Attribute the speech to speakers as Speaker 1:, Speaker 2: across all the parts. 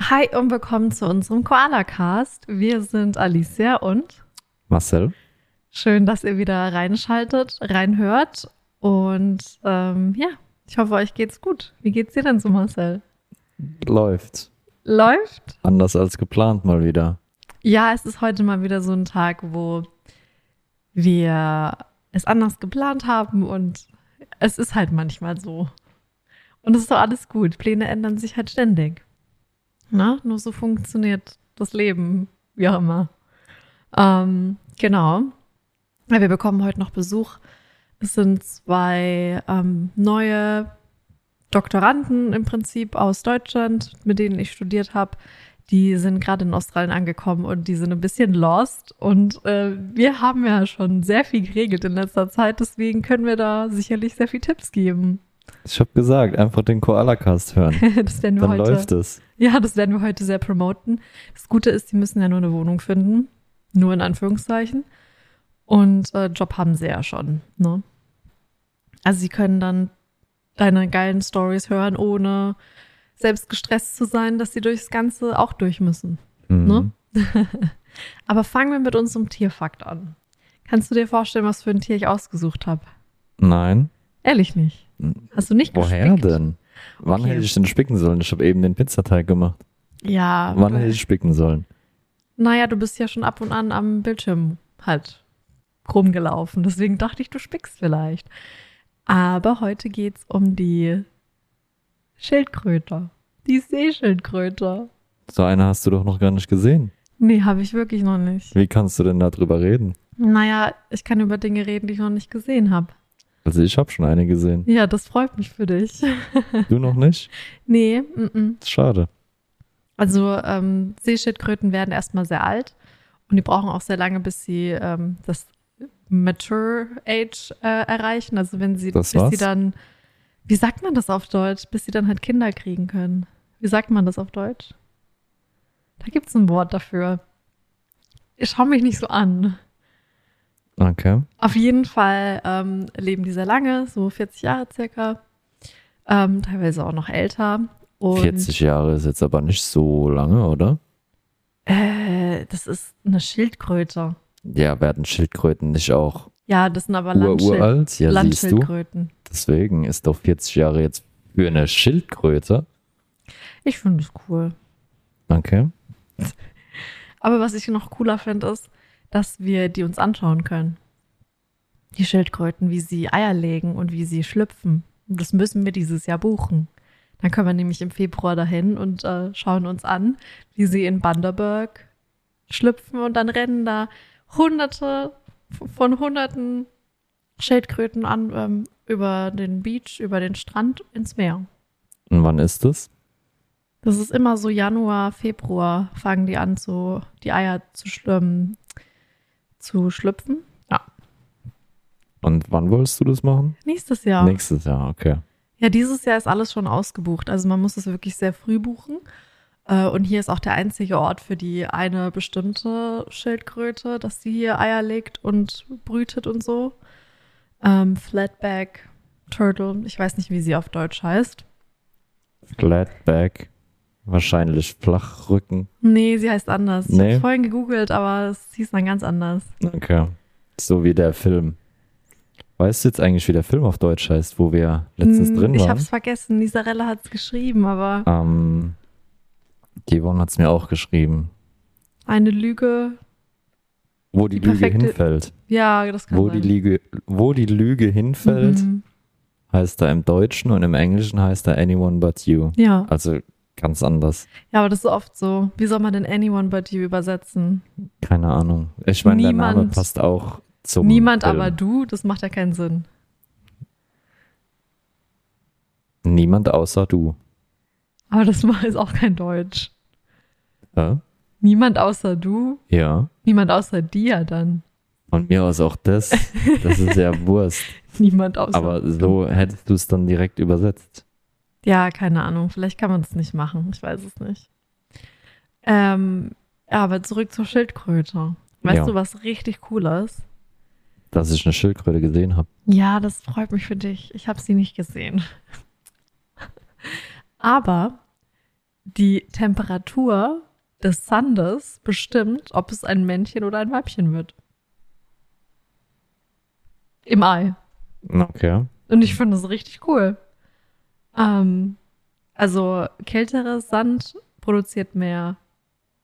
Speaker 1: Hi und willkommen zu unserem Koala Cast. Wir sind Alicia und
Speaker 2: Marcel.
Speaker 1: schön, dass ihr wieder reinschaltet, reinhört. Und ähm, ja, ich hoffe, euch geht's gut. Wie geht's dir denn so, Marcel?
Speaker 2: Läuft.
Speaker 1: Läuft?
Speaker 2: Anders als geplant mal wieder.
Speaker 1: Ja, es ist heute mal wieder so ein Tag, wo wir es anders geplant haben und es ist halt manchmal so. Und es ist doch alles gut. Pläne ändern sich halt ständig. Na, nur so funktioniert das Leben, wie auch immer. Ähm, genau. Ja, Wir bekommen heute noch Besuch. Es sind zwei ähm, neue Doktoranden im Prinzip aus Deutschland, mit denen ich studiert habe. Die sind gerade in Australien angekommen und die sind ein bisschen lost. Und äh, wir haben ja schon sehr viel geregelt in letzter Zeit, deswegen können wir da sicherlich sehr viel Tipps geben.
Speaker 2: Ich habe gesagt, einfach den Koala-Cast hören.
Speaker 1: das werden wir
Speaker 2: Dann
Speaker 1: heute.
Speaker 2: läuft es.
Speaker 1: Ja, das werden wir heute sehr promoten. Das Gute ist, die müssen ja nur eine Wohnung finden. Nur in Anführungszeichen. Und äh, Job haben sie ja schon. Ne? Also sie können dann deine geilen Stories hören, ohne selbst gestresst zu sein, dass sie durchs Ganze auch durch müssen.
Speaker 2: Mhm.
Speaker 1: Ne? Aber fangen wir mit unserem Tierfakt an. Kannst du dir vorstellen, was für ein Tier ich ausgesucht habe?
Speaker 2: Nein.
Speaker 1: Ehrlich nicht. Hast du nicht
Speaker 2: Woher
Speaker 1: gespickt?
Speaker 2: denn? Wann
Speaker 1: Okay.
Speaker 2: hätte ich denn spicken sollen? Ich habe eben den Pizzateig gemacht.
Speaker 1: Ja.
Speaker 2: Wann
Speaker 1: du-
Speaker 2: hätte ich spicken sollen?
Speaker 1: Naja, du bist ja schon ab und an am Bildschirm halt rumgelaufen. Deswegen dachte ich, du spickst vielleicht. Aber heute geht's um die Schildkröte. Die Seeschildkröte.
Speaker 2: So eine hast du doch noch gar nicht gesehen.
Speaker 1: Nee, habe ich wirklich noch nicht.
Speaker 2: Wie kannst du denn darüber reden?
Speaker 1: Naja, ich kann über Dinge reden, die ich noch nicht gesehen habe.
Speaker 2: Also ich habe schon eine gesehen.
Speaker 1: Ja, das freut mich für dich.
Speaker 2: Du noch nicht?
Speaker 1: Nee, mm
Speaker 2: Schade.
Speaker 1: Also ähm, Seeschildkröten werden erstmal sehr alt und die brauchen auch sehr lange, bis sie ähm, das Mature Age äh, erreichen. Also wenn sie,
Speaker 2: Das
Speaker 1: bis sie
Speaker 2: war's?
Speaker 1: dann, wie sagt man das auf Deutsch, bis sie dann halt Kinder kriegen können. Wie sagt man das auf Deutsch? Da gibt's ein Wort dafür. Ich schau mich nicht so an.
Speaker 2: Okay.
Speaker 1: Auf jeden Fall ähm, leben die sehr lange, so 40 Jahre circa, ähm, teilweise auch noch älter. Und
Speaker 2: 40 Jahre ist jetzt aber nicht so lange, oder?
Speaker 1: Äh, das ist eine Schildkröte.
Speaker 2: Ja, werden Schildkröten nicht auch
Speaker 1: Ja, das sind aber Landschild
Speaker 2: uralt? Ja, siehst du.
Speaker 1: Landschildkröten.
Speaker 2: Deswegen ist doch 40 Jahre jetzt für eine Schildkröte.
Speaker 1: Ich finde es cool.
Speaker 2: Okay.
Speaker 1: Aber was ich noch cooler finde, ist, dass wir die uns anschauen können. Die Schildkröten, wie sie Eier legen und wie sie schlüpfen. Und das müssen wir dieses Jahr buchen. Dann können wir nämlich im Februar dahin und äh, schauen uns an, wie sie in Bundaberg schlüpfen und dann rennen da hunderte von hunderten Schildkröten an ähm, über den Beach, über den Strand ins Meer.
Speaker 2: Und wann ist es?
Speaker 1: Das ist immer so Januar, Februar fangen die an, so die Eier zu, schl ähm, zu schlüpfen.
Speaker 2: Und wann wolltest du das machen?
Speaker 1: Nächstes Jahr.
Speaker 2: Nächstes Jahr, okay.
Speaker 1: Ja, dieses Jahr ist alles schon ausgebucht. Also man muss es wirklich sehr früh buchen. Äh, Und hier ist auch der einzige Ort für die eine bestimmte Schildkröte, dass sie hier Eier legt und brütet und so. Ähm, Flatback, Turtle, ich weiß nicht, wie sie auf Deutsch heißt.
Speaker 2: Flatback. Wahrscheinlich Flachrücken.
Speaker 1: Nee, sie heißt anders. Ich
Speaker 2: Nee.
Speaker 1: habe vorhin gegoogelt, aber es hieß dann ganz anders.
Speaker 2: Okay. So wie der Film. Weißt du jetzt eigentlich, wie der Film auf Deutsch heißt, wo wir letztens
Speaker 1: Hm,
Speaker 2: drin
Speaker 1: Ich
Speaker 2: waren?
Speaker 1: hab's vergessen. Isarella hat's geschrieben, aber
Speaker 2: Ähm, die Yvonne hat es mir auch geschrieben.
Speaker 1: eine Lüge.
Speaker 2: Wo die,
Speaker 1: Die
Speaker 2: Lüge
Speaker 1: perfekte-
Speaker 2: hinfällt.
Speaker 1: Ja, das kann
Speaker 2: Wo die,
Speaker 1: sein.
Speaker 2: Lüge, wo die Lüge hinfällt,
Speaker 1: Mhm.
Speaker 2: heißt er im Deutschen und im Englischen heißt er Anyone But You.
Speaker 1: Ja.
Speaker 2: Also ganz anders.
Speaker 1: ja, aber das ist oft so. Wie soll man denn anyone but you übersetzen?
Speaker 2: Keine Ahnung. Ich meine, der Name
Speaker 1: Niemand.
Speaker 2: passt auch zum
Speaker 1: Niemand
Speaker 2: Film.
Speaker 1: aber du, das macht ja keinen Sinn.
Speaker 2: Niemand außer du.
Speaker 1: Aber das ist auch kein Deutsch.
Speaker 2: Hä?
Speaker 1: Niemand außer du,
Speaker 2: Ja.
Speaker 1: niemand außer dir dann.
Speaker 2: Von mir aus auch das. Das ist ja Wurst.
Speaker 1: Niemand außer
Speaker 2: Aber so hättest du es dann direkt übersetzt.
Speaker 1: Ja, keine Ahnung. Vielleicht kann man es nicht machen. Ich weiß es nicht. Ähm, ja, aber zurück zur Schildkröte. Weißt
Speaker 2: Ja.
Speaker 1: du, was richtig cool ist?
Speaker 2: Dass ich eine Schildkröte gesehen habe.
Speaker 1: Ja, das freut mich für dich. Ich habe sie nicht gesehen. Aber die Temperatur des Sandes bestimmt, ob es ein Männchen oder ein Weibchen wird. Im Ei.
Speaker 2: Okay.
Speaker 1: Und ich finde das richtig cool. Ähm, also kälterer Sand produziert mehr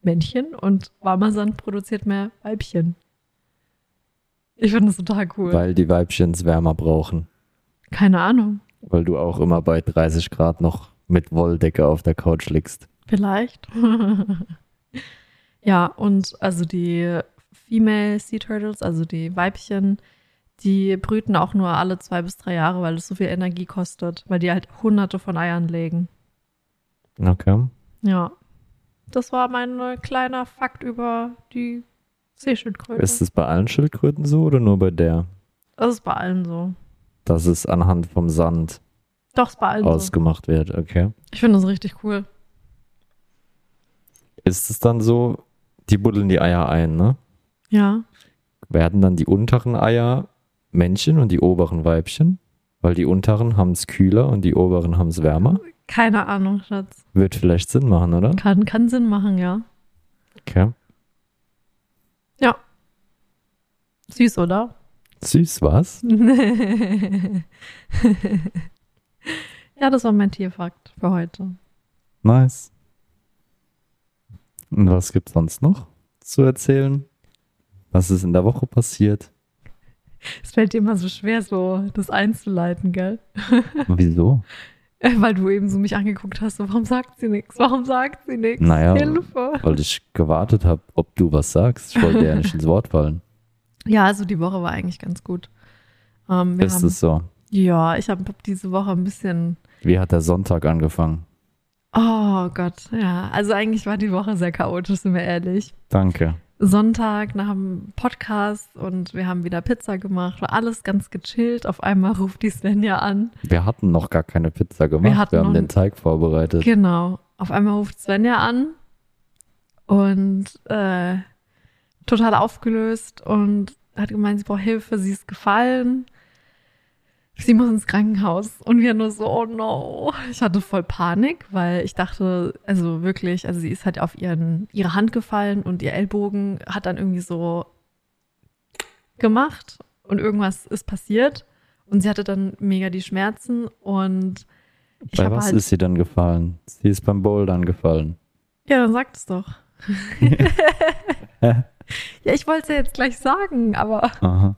Speaker 1: Männchen und warmer Sand produziert mehr Weibchen. Ich finde das total cool.
Speaker 2: Weil die Weibchen es wärmer brauchen.
Speaker 1: Keine Ahnung.
Speaker 2: Weil du auch immer bei 30 Grad noch mit Wolldecke auf der Couch liegst.
Speaker 1: Vielleicht. ja, und also die Female Sea Turtles, also die Weibchen, die brüten auch nur alle zwei bis drei Jahre, weil es so viel Energie kostet, weil die halt hunderte von Eiern legen.
Speaker 2: Okay.
Speaker 1: Ja. Das war mein äh, kleiner Fakt über die Seeschildkröte.
Speaker 2: Ist es bei allen Schildkröten so oder nur bei der?
Speaker 1: das ist bei allen so.
Speaker 2: Dass es anhand vom Sand
Speaker 1: Doch, ist bei allen so.
Speaker 2: ausgemacht wird, okay.
Speaker 1: Ich finde das richtig cool.
Speaker 2: Ist es dann so, die buddeln die Eier ein, ne?
Speaker 1: Ja.
Speaker 2: Werden dann die unteren Eier Männchen und die oberen Weibchen? Weil die unteren haben es kühler und die oberen haben es wärmer?
Speaker 1: Keine Ahnung, Schatz.
Speaker 2: Wird vielleicht Sinn machen, oder?
Speaker 1: Kann, kann Sinn machen, ja.
Speaker 2: Okay.
Speaker 1: Süß, oder?
Speaker 2: Süß was?
Speaker 1: ja, das war mein Tierfakt für heute.
Speaker 2: Nice. Und was gibt's sonst noch zu erzählen? Was ist in der Woche passiert?
Speaker 1: Es fällt dir immer so schwer, so das einzuleiten, gell?
Speaker 2: Wieso?
Speaker 1: Äh, Weil du eben so mich angeguckt hast, so, warum sagt sie nichts? Warum sagt sie nichts?
Speaker 2: Naja.
Speaker 1: Hilfe.
Speaker 2: Weil ich gewartet habe, ob du was sagst. Ich wollte dir ja nicht ins Wort fallen.
Speaker 1: Ja, also die Woche war eigentlich ganz gut. Ähm, wir
Speaker 2: ist
Speaker 1: haben,
Speaker 2: es so?
Speaker 1: ja, ich habe diese Woche ein bisschen.
Speaker 2: Wie hat der Sonntag angefangen?
Speaker 1: Oh Gott, ja. Also eigentlich war die Woche sehr chaotisch, sind wir ehrlich.
Speaker 2: Danke.
Speaker 1: Sonntag nach dem Podcast und wir haben wieder Pizza gemacht. War alles ganz gechillt. Auf einmal ruft die Svenja an.
Speaker 2: Wir hatten noch gar keine Pizza gemacht. Wir,
Speaker 1: hatten noch-
Speaker 2: haben den Teig vorbereitet.
Speaker 1: Genau. Auf einmal ruft Svenja an und äh, total aufgelöst und hat gemeint, sie braucht Hilfe, sie ist gefallen. Sie muss ins Krankenhaus. Und wir nur so, oh no. Ich hatte voll Panik, weil ich dachte, also wirklich, also sie ist halt auf ihren, ihre Hand gefallen und ihr Ellbogen hat dann irgendwie so gemacht und irgendwas ist passiert. Und sie hatte dann mega die Schmerzen und ich
Speaker 2: Bei
Speaker 1: habe
Speaker 2: was
Speaker 1: halt.
Speaker 2: ist sie dann gefallen? Sie ist beim Bouldern gefallen.
Speaker 1: Ja, dann sagt es doch. ja, ich wollte es ja jetzt gleich sagen, aber
Speaker 2: Aha.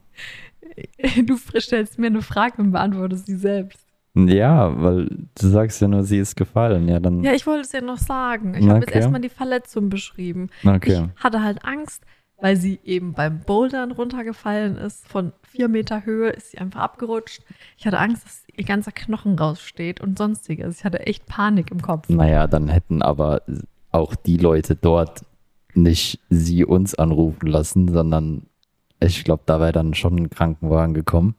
Speaker 1: du stellst mir eine Frage und beantwortest sie selbst.
Speaker 2: Ja, weil du sagst ja nur, sie ist gefallen. Ja, dann.
Speaker 1: Ja, ich wollte es ja noch sagen. Ich
Speaker 2: Na,
Speaker 1: habe jetzt
Speaker 2: okay.
Speaker 1: erstmal die Verletzung beschrieben.
Speaker 2: okay.
Speaker 1: Ich hatte halt Angst, weil sie eben beim Bouldern runtergefallen ist. Von vier Meter Höhe ist sie einfach abgerutscht. Ich hatte Angst, dass ihr ganzer Knochen raussteht und sonstiges. Ich hatte echt Panik im Kopf.
Speaker 2: Naja, dann hätten aber auch die Leute dort nicht sie uns anrufen lassen, sondern ich glaube, da wäre dann schon ein Krankenwagen gekommen.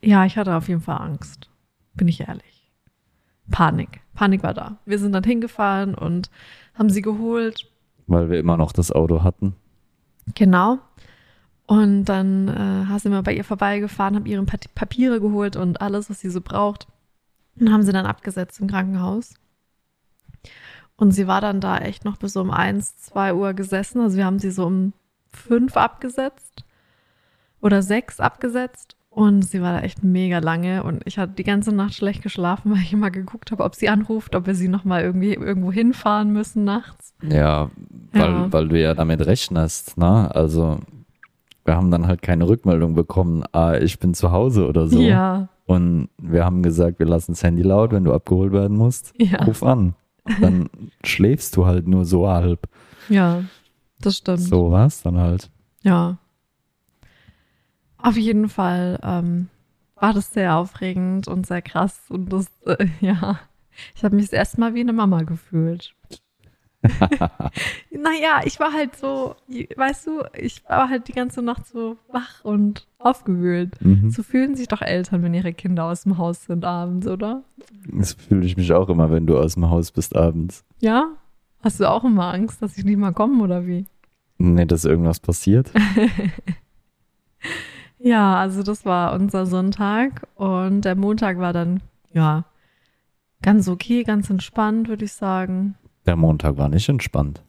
Speaker 1: Ja, ich hatte auf jeden Fall Angst. Bin ich ehrlich. Panik. Panik war da. Wir sind dann hingefahren und haben sie geholt.
Speaker 2: Weil wir immer noch das Auto hatten.
Speaker 1: Genau. Und dann äh, hast du immer bei ihr vorbeigefahren, haben ihre Pat- Papiere geholt und alles, was sie so braucht. Und haben sie dann abgesetzt im Krankenhaus. Und sie war dann da echt noch bis um 1, 2 Uhr gesessen. Also wir haben sie so um 5 abgesetzt oder 6 abgesetzt. Und sie war da echt mega lange. Und ich hatte die ganze Nacht schlecht geschlafen, weil ich immer geguckt habe, ob sie anruft, ob wir sie nochmal irgendwie irgendwo hinfahren müssen nachts.
Speaker 2: Ja, weil,
Speaker 1: Ja.
Speaker 2: weil du ja damit rechnest, ne? Also, wir haben dann halt keine Rückmeldung bekommen, ah, ich bin zu Hause oder so.
Speaker 1: Ja,
Speaker 2: Und wir haben gesagt, wir lassen das Handy laut, wenn du abgeholt werden musst,
Speaker 1: ja,
Speaker 2: ruf an. Dann schläfst du halt nur so halb.
Speaker 1: ja. Das stimmt.
Speaker 2: So war's dann halt.
Speaker 1: Ja. Auf jeden Fall ähm, war das sehr aufregend und sehr krass. Und das, äh, ja, ich habe mich das erste Mal wie eine Mama gefühlt. naja, ich war halt so, weißt du, ich war halt die ganze Nacht so wach und aufgewühlt.
Speaker 2: Mhm.
Speaker 1: So fühlen sich doch Eltern, wenn ihre Kinder aus dem Haus sind abends, oder?
Speaker 2: Das fühle ich mich auch immer, wenn du aus dem Haus bist abends.
Speaker 1: Ja? Hast du auch immer Angst, dass sie nicht mal kommen, oder wie?
Speaker 2: Nee, dass irgendwas passiert.
Speaker 1: Ja, also das war unser Sonntag und der Montag war dann, ja, ganz okay, ganz entspannt, würde ich sagen.
Speaker 2: Der Montag war nicht entspannt.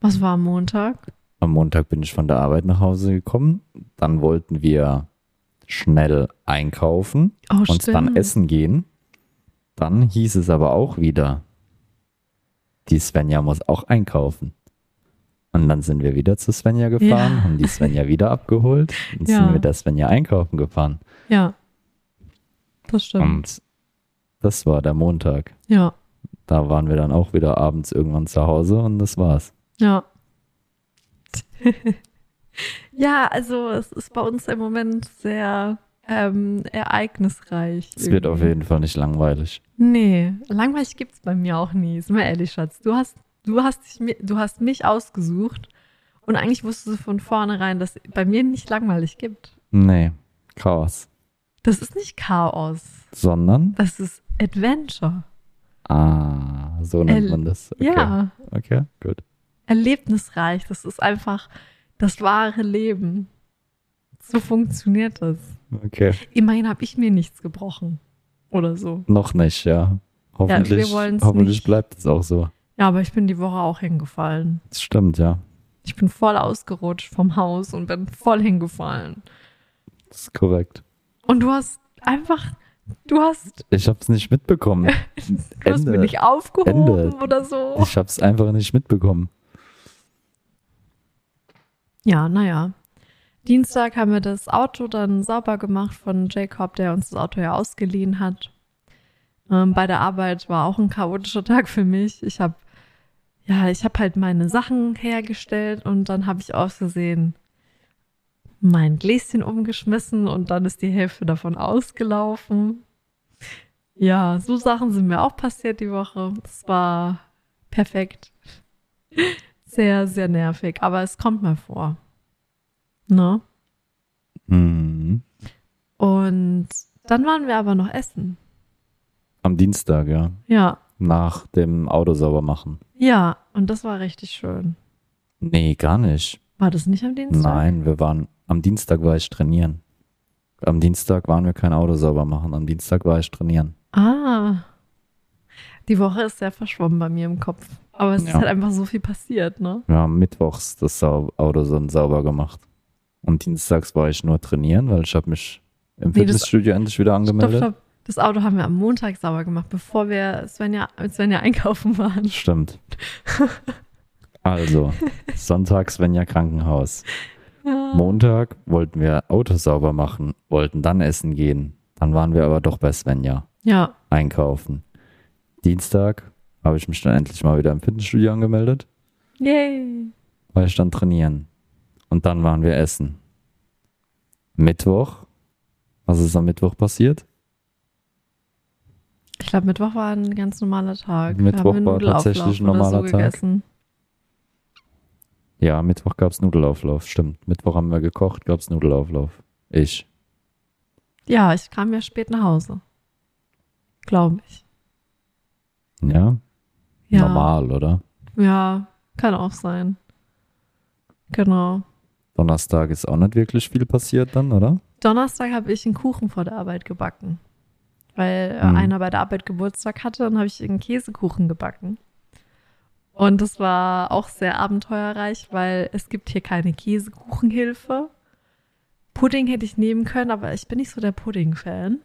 Speaker 1: Was war am Montag?
Speaker 2: Am Montag bin ich von der Arbeit nach Hause gekommen. Dann wollten wir schnell einkaufen
Speaker 1: Oh,
Speaker 2: und dann essen gehen. Dann hieß es aber auch wieder, die Svenja muss auch einkaufen. Und dann sind wir wieder zu Svenja gefahren,
Speaker 1: Ja.
Speaker 2: haben die Svenja wieder abgeholt und
Speaker 1: Ja.
Speaker 2: sind mit der Svenja einkaufen gefahren.
Speaker 1: Ja. Das stimmt.
Speaker 2: Und das war der Montag.
Speaker 1: Ja,
Speaker 2: Da waren wir dann auch wieder abends irgendwann zu Hause und das war's.
Speaker 1: ja. ja, also es ist bei uns im Moment sehr ähm, ereignisreich.
Speaker 2: Es wird auf
Speaker 1: irgendwie.
Speaker 2: jeden Fall nicht langweilig.
Speaker 1: Nee, langweilig gibt's bei mir auch nie. Sind wir ehrlich, Schatz. Du hast, du hast, dich, mi- du hast mich ausgesucht und eigentlich wusstest du von vornherein, dass es bei mir nicht langweilig gibt.
Speaker 2: Nee, Chaos.
Speaker 1: Das ist nicht Chaos.
Speaker 2: Sondern,
Speaker 1: Das ist Adventure.
Speaker 2: ah, so nennt
Speaker 1: El-
Speaker 2: man das. Okay.
Speaker 1: Ja,
Speaker 2: Okay, gut.
Speaker 1: erlebnisreich. Das ist einfach das wahre Leben. So funktioniert das.
Speaker 2: Okay.
Speaker 1: Immerhin habe ich mir nichts gebrochen. Oder so.
Speaker 2: Noch nicht, ja. Hoffentlich,
Speaker 1: wollen's
Speaker 2: hoffentlich
Speaker 1: nicht.
Speaker 2: bleibt es auch so.
Speaker 1: Ja, aber ich bin die Woche auch hingefallen.
Speaker 2: Das stimmt, ja.
Speaker 1: Ich bin voll ausgerutscht vom Haus und bin voll hingefallen.
Speaker 2: Das ist korrekt.
Speaker 1: Und du hast einfach, du hast,
Speaker 2: Ich hab's nicht mitbekommen.
Speaker 1: du hast mich
Speaker 2: Ende.
Speaker 1: nicht aufgehoben
Speaker 2: Ende.
Speaker 1: oder so.
Speaker 2: Ich hab's einfach nicht mitbekommen.
Speaker 1: Ja, naja. Dienstag haben wir das Auto dann sauber gemacht von Jacob, der uns das Auto ja ausgeliehen hat. Ähm, bei der Arbeit war auch ein chaotischer Tag für mich. Ich habe ja, ich habe halt meine Sachen hergestellt und dann habe ich aus Versehen mein Gläschen umgeschmissen und dann ist die Hälfte davon ausgelaufen. Ja, so Sachen sind mir auch passiert die Woche. Es war perfekt sehr, sehr nervig, aber es kommt mal vor. Ne?
Speaker 2: Mhm.
Speaker 1: Und dann waren wir aber noch essen.
Speaker 2: Am Dienstag, ja.
Speaker 1: Ja,
Speaker 2: Nach dem Auto sauber machen.
Speaker 1: ja, und das war richtig schön.
Speaker 2: Nee, gar nicht.
Speaker 1: War das nicht am Dienstag?
Speaker 2: Nein, wir waren, am Dienstag war ich trainieren. Am Dienstag waren wir kein Auto sauber machen. Am Dienstag war ich trainieren.
Speaker 1: Ah. Die Woche ist sehr verschwommen bei mir im Kopf. Aber es ist
Speaker 2: Ja.
Speaker 1: halt einfach so viel passiert, ne?
Speaker 2: Wir haben mittwochs das Sau Auto so sauber gemacht. Und dienstags war ich nur trainieren, weil ich habe mich im
Speaker 1: Nee, das-
Speaker 2: Fitnessstudio endlich wieder
Speaker 1: Stopp,
Speaker 2: angemeldet.
Speaker 1: stopp. Das Auto haben wir am Montag sauber gemacht, bevor wir Svenja, mit Svenja einkaufen waren.
Speaker 2: Stimmt. Also, Sonntag Svenja Krankenhaus.
Speaker 1: Ja.
Speaker 2: Montag wollten wir Auto sauber machen, wollten dann essen gehen. Dann waren wir aber doch bei Svenja
Speaker 1: Ja,
Speaker 2: einkaufen. Dienstag habe ich mich dann endlich mal wieder im Fitnessstudio angemeldet,
Speaker 1: yay.
Speaker 2: weil ich dann trainieren. Und dann waren wir essen. Mittwoch. Was ist am Mittwoch passiert?
Speaker 1: Ich glaube, Mittwoch war ein ganz normaler Tag.
Speaker 2: Mittwoch
Speaker 1: wir
Speaker 2: war
Speaker 1: Nudelauflauf
Speaker 2: tatsächlich ein
Speaker 1: oder
Speaker 2: normaler
Speaker 1: so
Speaker 2: Tag.
Speaker 1: Gegessen.
Speaker 2: Ja, Mittwoch gab es Nudelauflauf. Stimmt. Mittwoch haben wir gekocht, gab es Nudelauflauf. Ich.
Speaker 1: Ja, ich kam ja spät nach Hause. Glaube ich.
Speaker 2: Ja?
Speaker 1: Ja.
Speaker 2: Normal, oder?
Speaker 1: Ja, kann auch sein. Genau.
Speaker 2: Donnerstag ist auch nicht wirklich viel passiert dann, oder?
Speaker 1: Donnerstag habe ich einen Kuchen vor der Arbeit gebacken. Weil äh,
Speaker 2: Mhm.
Speaker 1: einer bei der Arbeit Geburtstag hatte und habe ich einen Käsekuchen gebacken. Und das war auch sehr abenteuerreich, weil es gibt hier keine Käsekuchenhilfe. Pudding hätte ich nehmen können, aber ich bin nicht so der Pudding-Fan.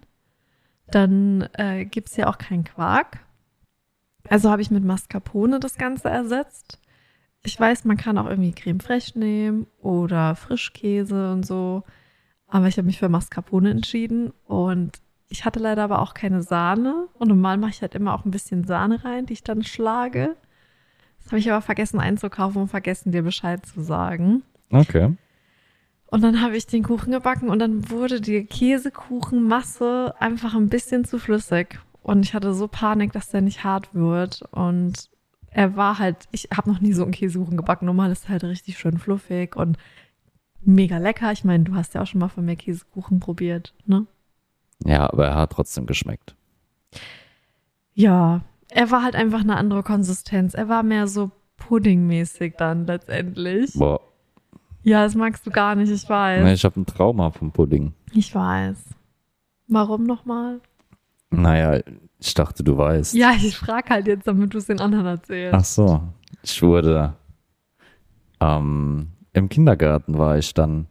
Speaker 1: Dann äh, gibt es ja auch keinen Quark. Also habe ich mit Mascarpone das Ganze ersetzt. Ich weiß, man kann auch irgendwie Creme fraiche nehmen oder Frischkäse und so. Aber ich habe mich für Mascarpone entschieden und ich hatte leider aber auch keine Sahne. Und normal mache ich halt immer auch ein bisschen Sahne rein, die ich dann schlage. Das habe ich aber vergessen einzukaufen und vergessen, dir Bescheid zu sagen.
Speaker 2: Okay.
Speaker 1: Und dann habe ich den Kuchen gebacken und dann wurde die Käsekuchenmasse einfach ein bisschen zu flüssig. Und ich hatte so Panik, dass der nicht hart wird. Und er war halt, ich habe noch nie so einen Käsekuchen gebacken. Normal ist er halt richtig schön fluffig und mega lecker. Ich meine, du hast ja auch schon mal von mir Käsekuchen probiert, ne?
Speaker 2: Ja, aber er hat trotzdem geschmeckt.
Speaker 1: Ja, er war halt einfach eine andere Konsistenz. Er war mehr so puddingmäßig dann letztendlich.
Speaker 2: Boah,
Speaker 1: Ja, das magst du gar nicht, ich weiß.
Speaker 2: nee, ich habe ein Trauma vom Pudding.
Speaker 1: Ich weiß. Warum nochmal?
Speaker 2: Naja, ich dachte, du weißt.
Speaker 1: Ja, ich frage halt jetzt, damit du es den anderen erzählst.
Speaker 2: Ach so, ich wurde ähm, im Kindergarten war ich dann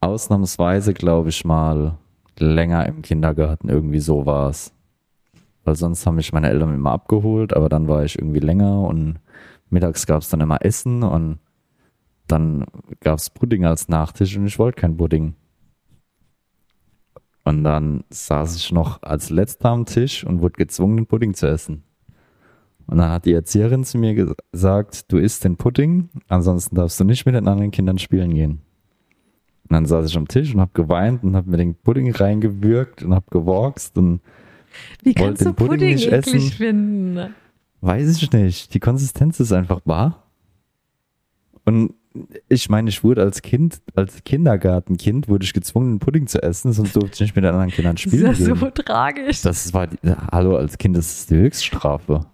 Speaker 2: ausnahmsweise, glaube ich mal, länger im Kindergarten. Irgendwie so war es. Weil sonst haben mich meine Eltern immer abgeholt, aber dann war ich irgendwie länger und mittags gab es dann immer Essen und dann gab es Pudding als Nachtisch und ich wollte kein Pudding. Und dann saß ich noch als letzter am Tisch und wurde gezwungen, den Pudding zu essen. Und dann hat die Erzieherin zu mir ge- gesagt, du isst den Pudding, ansonsten darfst du nicht mit den anderen Kindern spielen gehen. Und dann saß ich am Tisch und habe geweint und habe mir den Pudding reingewürgt und habe geworkst und
Speaker 1: Wie
Speaker 2: wollt
Speaker 1: kannst du
Speaker 2: den Pudding
Speaker 1: Pudding
Speaker 2: nicht
Speaker 1: eklig
Speaker 2: essen?
Speaker 1: finden?
Speaker 2: Weiß ich nicht. Die Konsistenz ist einfach bar. Und ich meine, ich wurde als Kind, als Kindergartenkind, wurde ich gezwungen, einen Pudding zu essen, sonst durfte ich nicht mit den anderen Kindern
Speaker 1: Das ist ja
Speaker 2: spielen.
Speaker 1: so
Speaker 2: gehen.
Speaker 1: tragisch.
Speaker 2: Das war die, hallo, als Kind, das ist die Höchststrafe.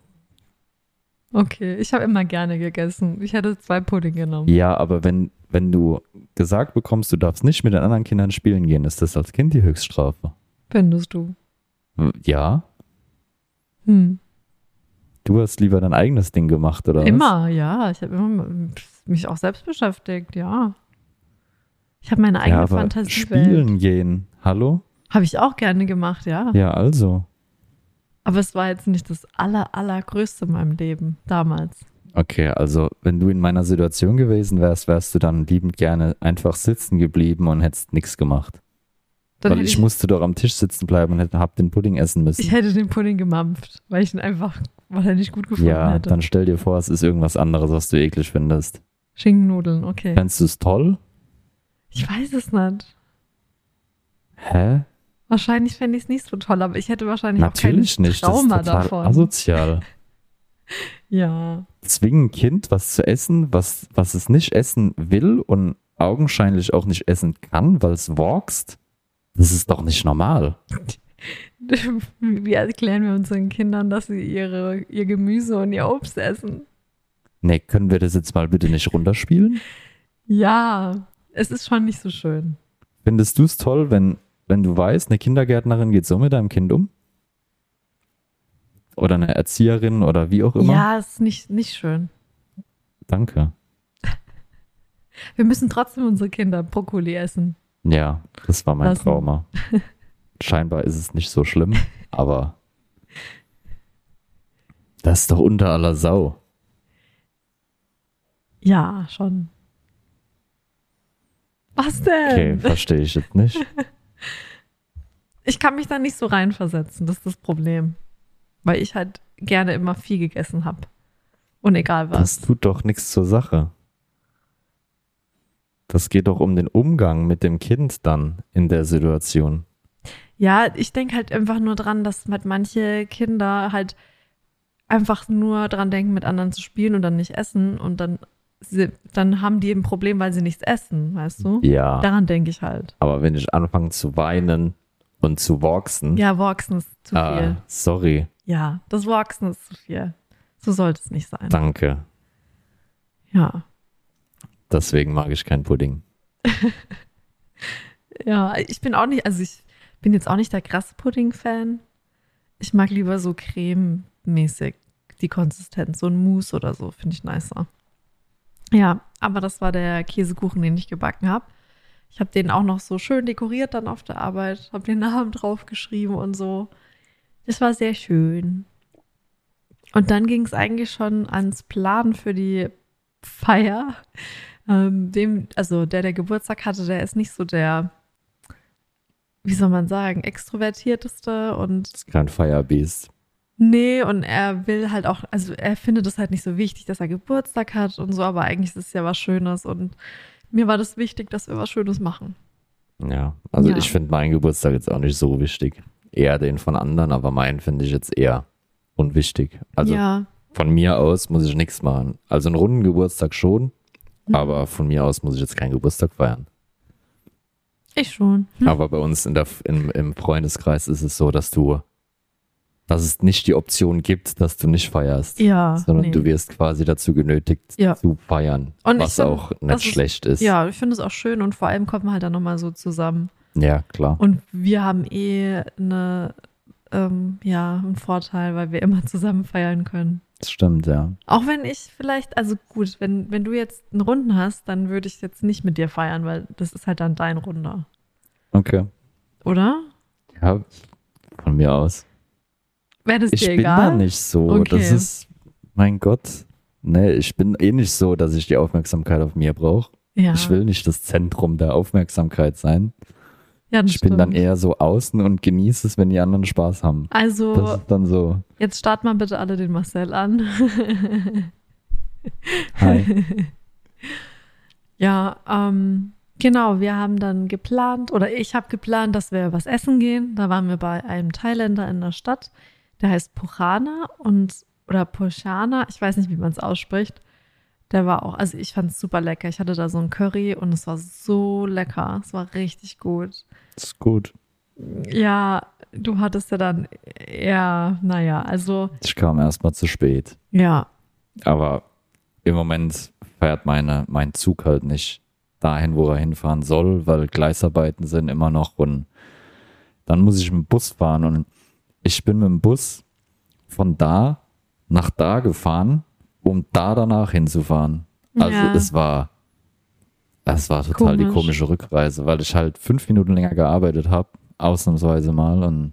Speaker 1: Okay, ich habe immer gerne gegessen. Ich hätte zwei Pudding genommen.
Speaker 2: Ja, aber wenn, wenn du gesagt bekommst, du darfst nicht mit den anderen Kindern spielen gehen, ist das als Kind die Höchststrafe.
Speaker 1: Findest du?
Speaker 2: Ja,
Speaker 1: Hm.
Speaker 2: du hast lieber dein eigenes Ding gemacht, oder? was?
Speaker 1: Immer, ja. Ich habe immer mich auch selbst beschäftigt, ja. Ich habe meine eigene
Speaker 2: ja, aber
Speaker 1: Fantasiewelt.
Speaker 2: Spielen gehen. Hallo?
Speaker 1: Habe ich auch gerne gemacht, ja.
Speaker 2: Ja, also.
Speaker 1: Aber es war jetzt nicht das aller, allergrößte in meinem Leben damals.
Speaker 2: Okay, also wenn du in meiner Situation gewesen wärst, wärst du dann liebend gerne einfach sitzen geblieben und hättest nichts gemacht.
Speaker 1: Dann
Speaker 2: Weil
Speaker 1: hätte
Speaker 2: ich, musste doch am Tisch sitzen bleiben und hätte, hab den Pudding essen müssen.
Speaker 1: ich hätte den Pudding gemampft, weil ich ihn einfach, weil er nicht gut gefunden
Speaker 2: ja,
Speaker 1: hätte.
Speaker 2: dann stell dir vor, es ist irgendwas anderes, was du eklig findest.
Speaker 1: Schinkennudeln, okay.
Speaker 2: Fändest du es toll?
Speaker 1: Ich weiß es nicht.
Speaker 2: Hä?
Speaker 1: Wahrscheinlich fände ich es nicht so toll, aber ich hätte wahrscheinlich auch
Speaker 2: Natürlich
Speaker 1: kein
Speaker 2: nicht.
Speaker 1: Trauma
Speaker 2: das ist total also
Speaker 1: davon.
Speaker 2: asozial.
Speaker 1: ja.
Speaker 2: Zwingen ein Kind was zu essen, was, was es nicht essen will und augenscheinlich auch nicht essen kann, weil es walkst, das ist doch nicht normal.
Speaker 1: Wie erklären wir unseren Kindern, dass sie ihre, ihr Gemüse und ihr Obst essen?
Speaker 2: Nee, können wir das jetzt mal bitte nicht runterspielen?
Speaker 1: Ja, es ist schon nicht so schön.
Speaker 2: Findest du es toll, wenn, wenn du weißt, eine Kindergärtnerin geht so mit deinem Kind um? Oder eine Erzieherin oder wie auch immer?
Speaker 1: Ja, es ist nicht, nicht schön.
Speaker 2: Danke.
Speaker 1: Wir müssen trotzdem unsere Kinder Brokkoli essen.
Speaker 2: Ja, das war mein
Speaker 1: Lassen.
Speaker 2: Trauma. Scheinbar ist es nicht so schlimm, aber das ist doch unter aller Sau.
Speaker 1: Ja, schon. Was denn?
Speaker 2: Okay, verstehe ich jetzt nicht.
Speaker 1: Ich kann mich da nicht so reinversetzen, das ist das Problem. Weil ich halt gerne immer viel gegessen habe. Und egal was.
Speaker 2: Das tut doch nichts zur Sache. Das geht doch um den Umgang mit dem Kind dann in der Situation.
Speaker 1: Ja, ich denke halt einfach nur dran, dass halt manche Kinder halt einfach nur dran denken, mit anderen zu spielen und dann nicht essen. Und dann, sie, dann haben die ein Problem, weil sie nichts essen, weißt du?
Speaker 2: Ja.
Speaker 1: Daran denke ich halt.
Speaker 2: Aber wenn ich anfange zu weinen und zu walksen,
Speaker 1: Ja, Walksen ist zu
Speaker 2: ah,
Speaker 1: viel.
Speaker 2: sorry,
Speaker 1: Ja, das Walksen ist zu viel. So sollte es nicht sein.
Speaker 2: danke.
Speaker 1: Ja.
Speaker 2: Deswegen mag ich keinen Pudding.
Speaker 1: Ja, ich bin auch nicht, also ich bin jetzt auch nicht der krasse Pudding-Fan. Ich mag lieber so crememäßig die Konsistenz, so ein Mousse oder so, finde ich nicer. Ja, aber das war der Käsekuchen, den ich gebacken habe. Ich habe den auch noch so schön dekoriert dann auf der Arbeit, habe den Namen draufgeschrieben und so. Das war sehr schön. Und dann ging es eigentlich schon ans Planen für die Feier. Ähm, dem, also der, der Geburtstag hatte, der ist nicht so der, wie soll man sagen, extrovertierteste und
Speaker 2: Das ist kein Firebeast.
Speaker 1: Nee, und er will halt auch, also er findet es halt nicht so wichtig, dass er Geburtstag hat und so, aber eigentlich ist es ja was Schönes und mir war das wichtig, dass wir was Schönes machen.
Speaker 2: Ja, also
Speaker 1: Ja.
Speaker 2: ich finde meinen Geburtstag jetzt auch nicht so wichtig. Eher den von anderen, aber meinen finde ich jetzt eher unwichtig. Also
Speaker 1: ja,
Speaker 2: von mir aus muss ich nichts machen. Also einen runden Geburtstag schon,
Speaker 1: Mhm.
Speaker 2: aber von mir aus muss ich jetzt keinen Geburtstag feiern.
Speaker 1: ich schon. Hm.
Speaker 2: Aber bei uns in der, im, im Freundeskreis ist es so, dass du, dass es nicht die Option gibt, dass du nicht feierst.
Speaker 1: Ja,
Speaker 2: sondern
Speaker 1: nee.
Speaker 2: du wirst quasi dazu genötigt
Speaker 1: Ja.
Speaker 2: zu feiern,
Speaker 1: Und ich
Speaker 2: was
Speaker 1: find,
Speaker 2: auch
Speaker 1: das
Speaker 2: nicht
Speaker 1: ist-
Speaker 2: schlecht ist.
Speaker 1: ja, ich finde es auch schön und vor allem kommt man halt dann nochmal so zusammen.
Speaker 2: Ja, klar.
Speaker 1: Und wir haben eh eine, ähm, ja ein Vorteil, weil wir immer zusammen feiern können.
Speaker 2: Das stimmt, ja.
Speaker 1: Auch wenn ich vielleicht, also gut, wenn, wenn du jetzt einen Runden hast, dann würde ich jetzt nicht mit dir feiern, weil das ist halt dann dein Runder,
Speaker 2: Okay.
Speaker 1: oder?
Speaker 2: Ja, von mir aus.
Speaker 1: Wäre das
Speaker 2: ich
Speaker 1: dir
Speaker 2: bin
Speaker 1: egal?
Speaker 2: da nicht so. Das
Speaker 1: Okay.
Speaker 2: ist, mein Gott. Nee, ich bin eh nicht so, dass ich die Aufmerksamkeit auf mir brauche.
Speaker 1: Ja,
Speaker 2: Ich will nicht das Zentrum der Aufmerksamkeit sein.
Speaker 1: ja das
Speaker 2: Ich bin dann
Speaker 1: stimmt.
Speaker 2: eher so außen und genieße es, wenn die anderen Spaß haben. Das
Speaker 1: Also,
Speaker 2: ist dann so.
Speaker 1: jetzt start mal bitte alle den Marcel an.
Speaker 2: Hi.
Speaker 1: ja, ähm, genau, wir haben dann geplant, oder ich habe geplant, dass wir was essen gehen. Da waren wir bei einem Thailänder in der Stadt, der heißt Purana und oder Purchana, ich weiß nicht, wie man es ausspricht. Der war auch, also ich fand es super lecker. Ich hatte da so ein Curry und es war so lecker. Es war richtig gut.
Speaker 2: ist gut.
Speaker 1: Ja, du hattest ja dann, ja, naja, also,
Speaker 2: Ich kam erstmal zu spät.
Speaker 1: ja,
Speaker 2: Aber im Moment fährt meine, mein Zug halt nicht dahin, wo er hinfahren soll, weil Gleisarbeiten sind immer noch und dann muss ich mit dem Bus fahren und ich bin mit dem Bus von da nach da gefahren, um da danach hinzufahren. Also
Speaker 1: Ja.
Speaker 2: es war es war total die
Speaker 1: Komisch.
Speaker 2: komische Rückreise, weil ich halt fünf Minuten länger gearbeitet habe, ausnahmsweise mal und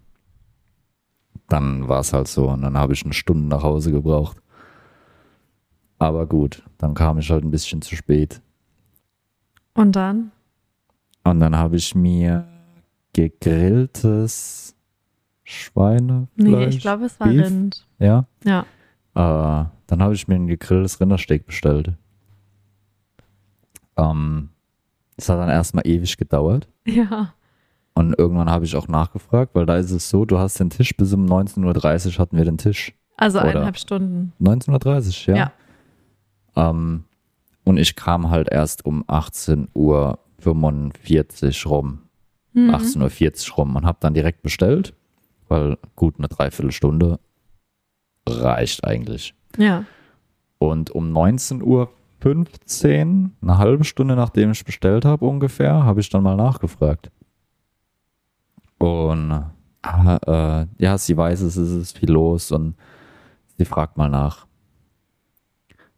Speaker 2: dann war es halt so und dann habe ich eine Stunde nach Hause gebraucht. Aber gut, dann kam ich halt ein bisschen zu spät.
Speaker 1: und dann?
Speaker 2: Und dann habe ich mir gegrilltes
Speaker 1: Nee,
Speaker 2: Schweinefleisch.
Speaker 1: ich glaube, es war
Speaker 2: Beef?
Speaker 1: Rind.
Speaker 2: Ja.
Speaker 1: Ja.
Speaker 2: Äh, dann habe ich mir ein gegrilltes Rindersteak bestellt. Ähm, das hat dann erstmal ewig gedauert.
Speaker 1: Ja.
Speaker 2: Und irgendwann habe ich auch nachgefragt, weil da ist es so, du hast den Tisch bis um 19.30 Uhr hatten wir den Tisch.
Speaker 1: Also
Speaker 2: Oder-
Speaker 1: eineinhalb Stunden.
Speaker 2: 19.30 Uhr, ja. Ähm, und ich kam halt erst um 18.45 Uhr rum.
Speaker 1: Mhm.
Speaker 2: 18.40 Uhr rum und habe dann direkt bestellt, weil gut eine Dreiviertelstunde reicht eigentlich.
Speaker 1: Ja.
Speaker 2: Und um 19.15 Uhr, eine halbe Stunde nachdem ich bestellt habe ungefähr, habe ich dann mal nachgefragt. Und äh, äh, ja, sie weiß es, es ist viel los und sie fragt mal nach.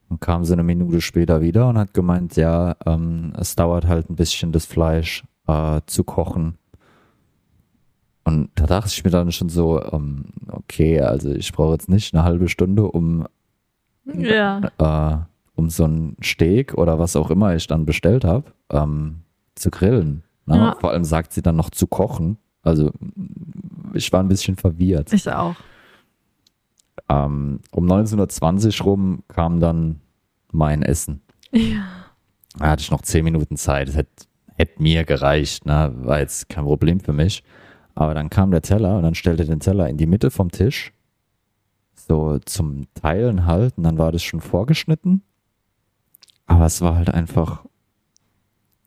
Speaker 2: Und kam sie eine Minute später wieder und hat gemeint, ja, ähm, es dauert halt ein bisschen, das Fleisch äh, zu kochen. Und da dachte ich mir dann schon so, ähm, okay, also ich brauche jetzt nicht eine halbe Stunde, um
Speaker 1: Ja.
Speaker 2: äh, um so ein Steak oder was auch immer ich dann bestellt habe, ähm, zu grillen. Ne?
Speaker 1: Ja.
Speaker 2: Vor allem sagt sie dann noch zu kochen. Also mm, ich war ein bisschen verwirrt.
Speaker 1: Ich auch.
Speaker 2: Ähm, um 1920 rum kam dann mein Essen.
Speaker 1: Ja.
Speaker 2: Da hatte ich noch 10 Minuten Zeit. Das hätte, hätte mir gereicht. Ne? War jetzt kein Problem für mich. Aber dann kam der Teller und dann stellte den Teller in die Mitte vom Tisch. So zum Teilen halt. Und dann war das schon vorgeschnitten. Aber es war halt einfach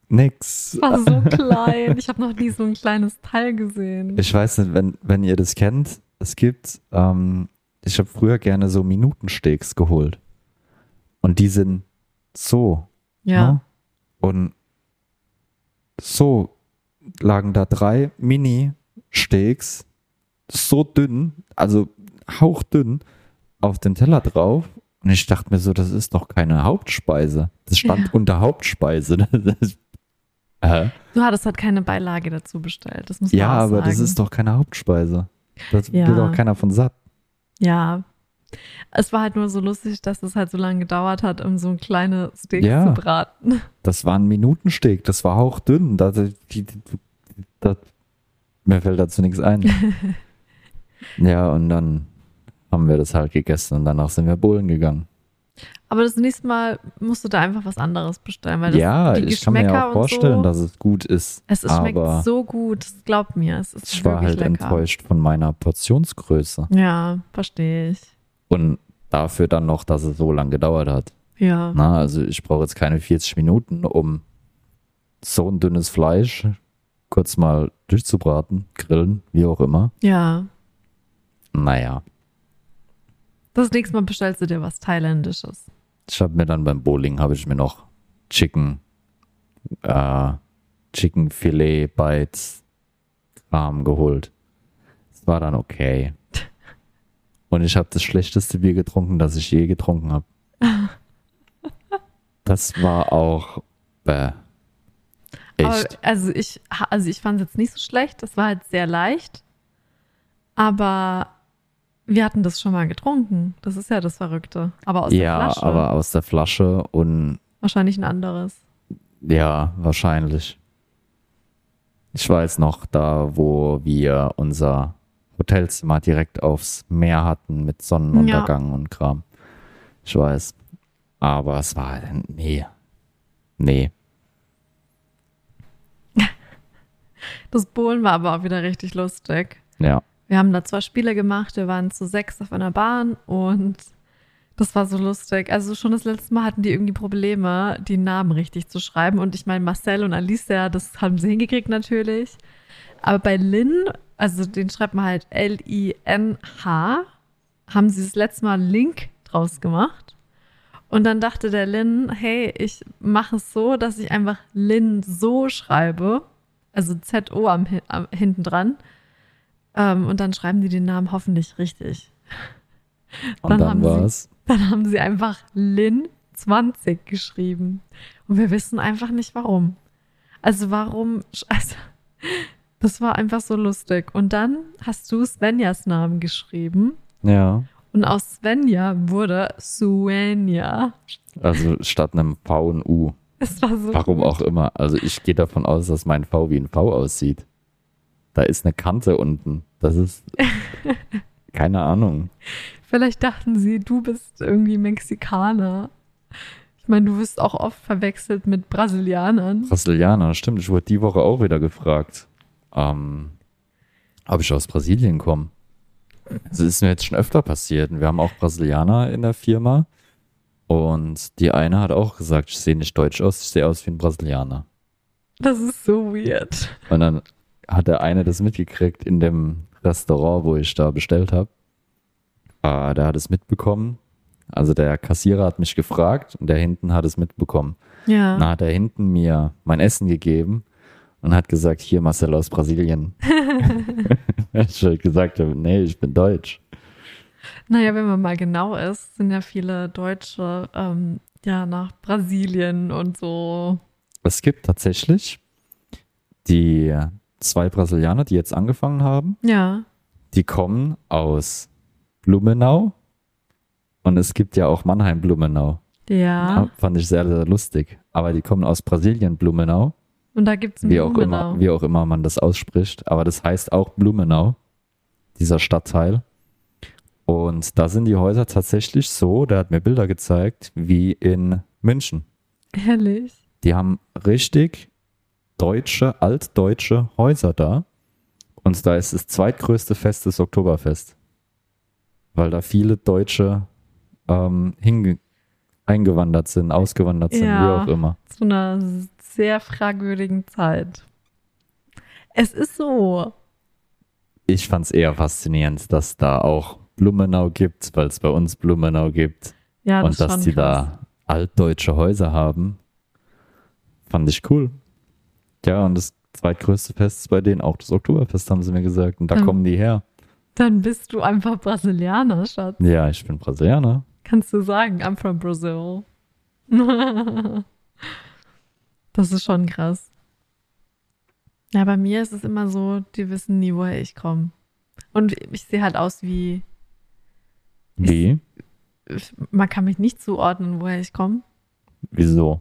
Speaker 2: nix.
Speaker 1: War so klein. Ich habe noch nie so ein kleines Teil gesehen.
Speaker 2: Ich weiß nicht, wenn, wenn ihr das kennt, es gibt, ähm, ich habe früher gerne so Minutensteaks geholt. Und die sind so Ne?
Speaker 1: Ja.
Speaker 2: Und so lagen da drei Mini-Steaks, so dünn, also hauchdünn, auf dem Teller drauf. Und ich dachte mir so, das ist doch keine Hauptspeise. Das stand
Speaker 1: Ja.
Speaker 2: unter Hauptspeise. Das ist, äh,
Speaker 1: Du hattest halt keine Beilage dazu bestellt. Das muss man
Speaker 2: ja,
Speaker 1: auch
Speaker 2: aber
Speaker 1: sagen.
Speaker 2: das ist doch keine Hauptspeise. Das
Speaker 1: Ja.
Speaker 2: wird auch keiner von satt.
Speaker 1: Ja. Es war halt nur so lustig, dass es halt so lange gedauert hat, um so ein kleines Steak
Speaker 2: Ja.
Speaker 1: zu braten.
Speaker 2: Das war ein Minutensteak, das war hauchdünn. Da, die, die, da, mir fällt dazu nichts ein. ja, und dann haben wir das halt gegessen und danach sind wir Bullen gegangen.
Speaker 1: Aber das nächste Mal musst du da einfach was anderes bestellen, weil das,
Speaker 2: ja,
Speaker 1: die
Speaker 2: ich kann mir
Speaker 1: Geschmäcker
Speaker 2: ja auch
Speaker 1: und
Speaker 2: vorstellen,
Speaker 1: so,
Speaker 2: dass es gut ist.
Speaker 1: es ist, schmeckt
Speaker 2: aber
Speaker 1: so gut. Das glaub mir, es ist
Speaker 2: ich war
Speaker 1: wirklich
Speaker 2: halt
Speaker 1: lecker.
Speaker 2: enttäuscht von meiner Portionsgröße.
Speaker 1: Ja, verstehe ich.
Speaker 2: Und dafür dann noch, dass es so lange gedauert hat.
Speaker 1: Ja.
Speaker 2: Na, also ich brauche jetzt keine 40 Minuten, um so ein dünnes Fleisch kurz mal durchzubraten, grillen, wie auch immer.
Speaker 1: Ja.
Speaker 2: Naja.
Speaker 1: Das nächste Mal bestellst du dir was Thailändisches.
Speaker 2: Ich habe mir dann beim Bowling habe ich mir noch Chicken, äh, Chicken Filet Bites Arm geholt. Es war dann okay. Und ich habe das schlechteste Bier getrunken, das ich je getrunken habe. Das war auch bäh.
Speaker 1: Aber,
Speaker 2: echt.
Speaker 1: also ich, ha- also ich fand es jetzt nicht so schlecht. Es war halt sehr leicht. Aber wir hatten das schon mal getrunken. Das ist ja das Verrückte. Aber aus
Speaker 2: ja,
Speaker 1: der Flasche.
Speaker 2: aber aus der Flasche und
Speaker 1: Wahrscheinlich ein anderes.
Speaker 2: Ja, wahrscheinlich. Ich weiß noch, da wo wir unser Hotelzimmer direkt aufs Meer hatten mit Sonnenuntergang und Kram. Ich weiß. Aber es war, nee. Nee.
Speaker 1: Das Bohlen war aber auch wieder richtig lustig.
Speaker 2: Ja.
Speaker 1: Wir haben da zwei Spiele gemacht. Wir waren zu sechs auf einer Bahn und das war so lustig. Also schon das letzte Mal hatten die irgendwie Probleme, die Namen richtig zu schreiben. Und ich meine, Marcel und Alicia, das haben sie hingekriegt natürlich. Aber bei Lin, also den schreibt man halt L-I-N-H, haben sie das letzte Mal Link draus gemacht. Und dann dachte der Lin, hey, ich mache es so, dass ich einfach Lin so schreibe. Also Z-O am, Hin- am, hinten dran. Ähm, und dann schreiben die den Namen hoffentlich richtig.
Speaker 2: Und
Speaker 1: Dann
Speaker 2: dann,
Speaker 1: haben sie-
Speaker 2: war's.
Speaker 1: Dann haben sie einfach Lin 20 geschrieben. Und wir wissen einfach nicht warum. Also warum, also, das war einfach so lustig. Und dann hast du Svenjas Namen geschrieben.
Speaker 2: Ja.
Speaker 1: Und aus Svenja wurde Suenja.
Speaker 2: Also statt einem V ein U.
Speaker 1: Es war so.
Speaker 2: Warum auch immer. Also ich gehe davon aus, dass mein V wie ein V aussieht. Da ist eine Kante unten. Das ist. Keine Ahnung.
Speaker 1: Vielleicht dachten sie, du bist irgendwie Mexikaner. Ich meine, du wirst auch oft verwechselt mit Brasilianern.
Speaker 2: Brasilianer, stimmt. Ich wurde die Woche auch wieder gefragt, ähm, ob ich aus Brasilien komme. Das ist mir jetzt schon öfter passiert. Und wir haben auch Brasilianer in der Firma. Und die eine hat auch gesagt, ich sehe nicht deutsch aus, ich sehe aus wie ein Brasilianer.
Speaker 1: Das ist so weird.
Speaker 2: Und dann hat der eine das mitgekriegt in dem Restaurant, wo ich da bestellt habe. Äh, der hat es mitbekommen. Also der Kassierer hat mich gefragt und der hinten hat es mitbekommen.
Speaker 1: Ja.
Speaker 2: Dann hat er hinten mir mein Essen gegeben und hat gesagt, hier Marcel aus Brasilien. ich habe gesagt, nee, ich bin deutsch.
Speaker 1: Naja, wenn man mal genau ist, sind ja viele Deutsche ähm, ja nach Brasilien und so.
Speaker 2: Es gibt tatsächlich die zwei Brasilianer, die jetzt angefangen haben,
Speaker 1: Ja.
Speaker 2: die kommen aus Blumenau und es gibt ja auch Mannheim-Blumenau.
Speaker 1: Ja.
Speaker 2: Ah, Fand ich sehr, sehr lustig. Aber die kommen aus Brasilien-Blumenau,
Speaker 1: Und da gibt es
Speaker 2: wie, auch immer- wie auch immer man das ausspricht. Aber das heißt auch Blumenau, dieser Stadtteil. Und da sind die Häuser tatsächlich so, der hat mir Bilder gezeigt, wie in München.
Speaker 1: Herrlich.
Speaker 2: Die haben richtig deutsche, altdeutsche Häuser da. Und da ist das zweitgrößte Fest des Oktoberfest. Weil da viele Deutsche ähm, hinge eingewandert sind, ausgewandert sind,
Speaker 1: Ja.
Speaker 2: wie auch immer.
Speaker 1: Zu einer sehr fragwürdigen Zeit. Es ist so.
Speaker 2: Ich fand es eher faszinierend, dass da auch Blumenau gibt, weil es bei uns Blumenau gibt.
Speaker 1: Ja, das
Speaker 2: und dass
Speaker 1: ist schon
Speaker 2: die
Speaker 1: krass.
Speaker 2: da altdeutsche Häuser haben. Fand ich cool. Ja, und das zweitgrößte Fest ist bei denen auch das Oktoberfest, haben sie mir gesagt. Und da
Speaker 1: Ähm.
Speaker 2: kommen die her.
Speaker 1: Dann bist du einfach Brasilianer, Schatz.
Speaker 2: Ja, ich bin Brasilianer.
Speaker 1: Kannst du sagen, I'm from Brazil. das ist schon krass. Ja, bei mir ist es immer so, die wissen nie, woher ich komme. Und ich sehe halt aus wie,
Speaker 2: Wie?
Speaker 1: ich- man kann mich nicht zuordnen, woher ich komme,
Speaker 2: Wieso?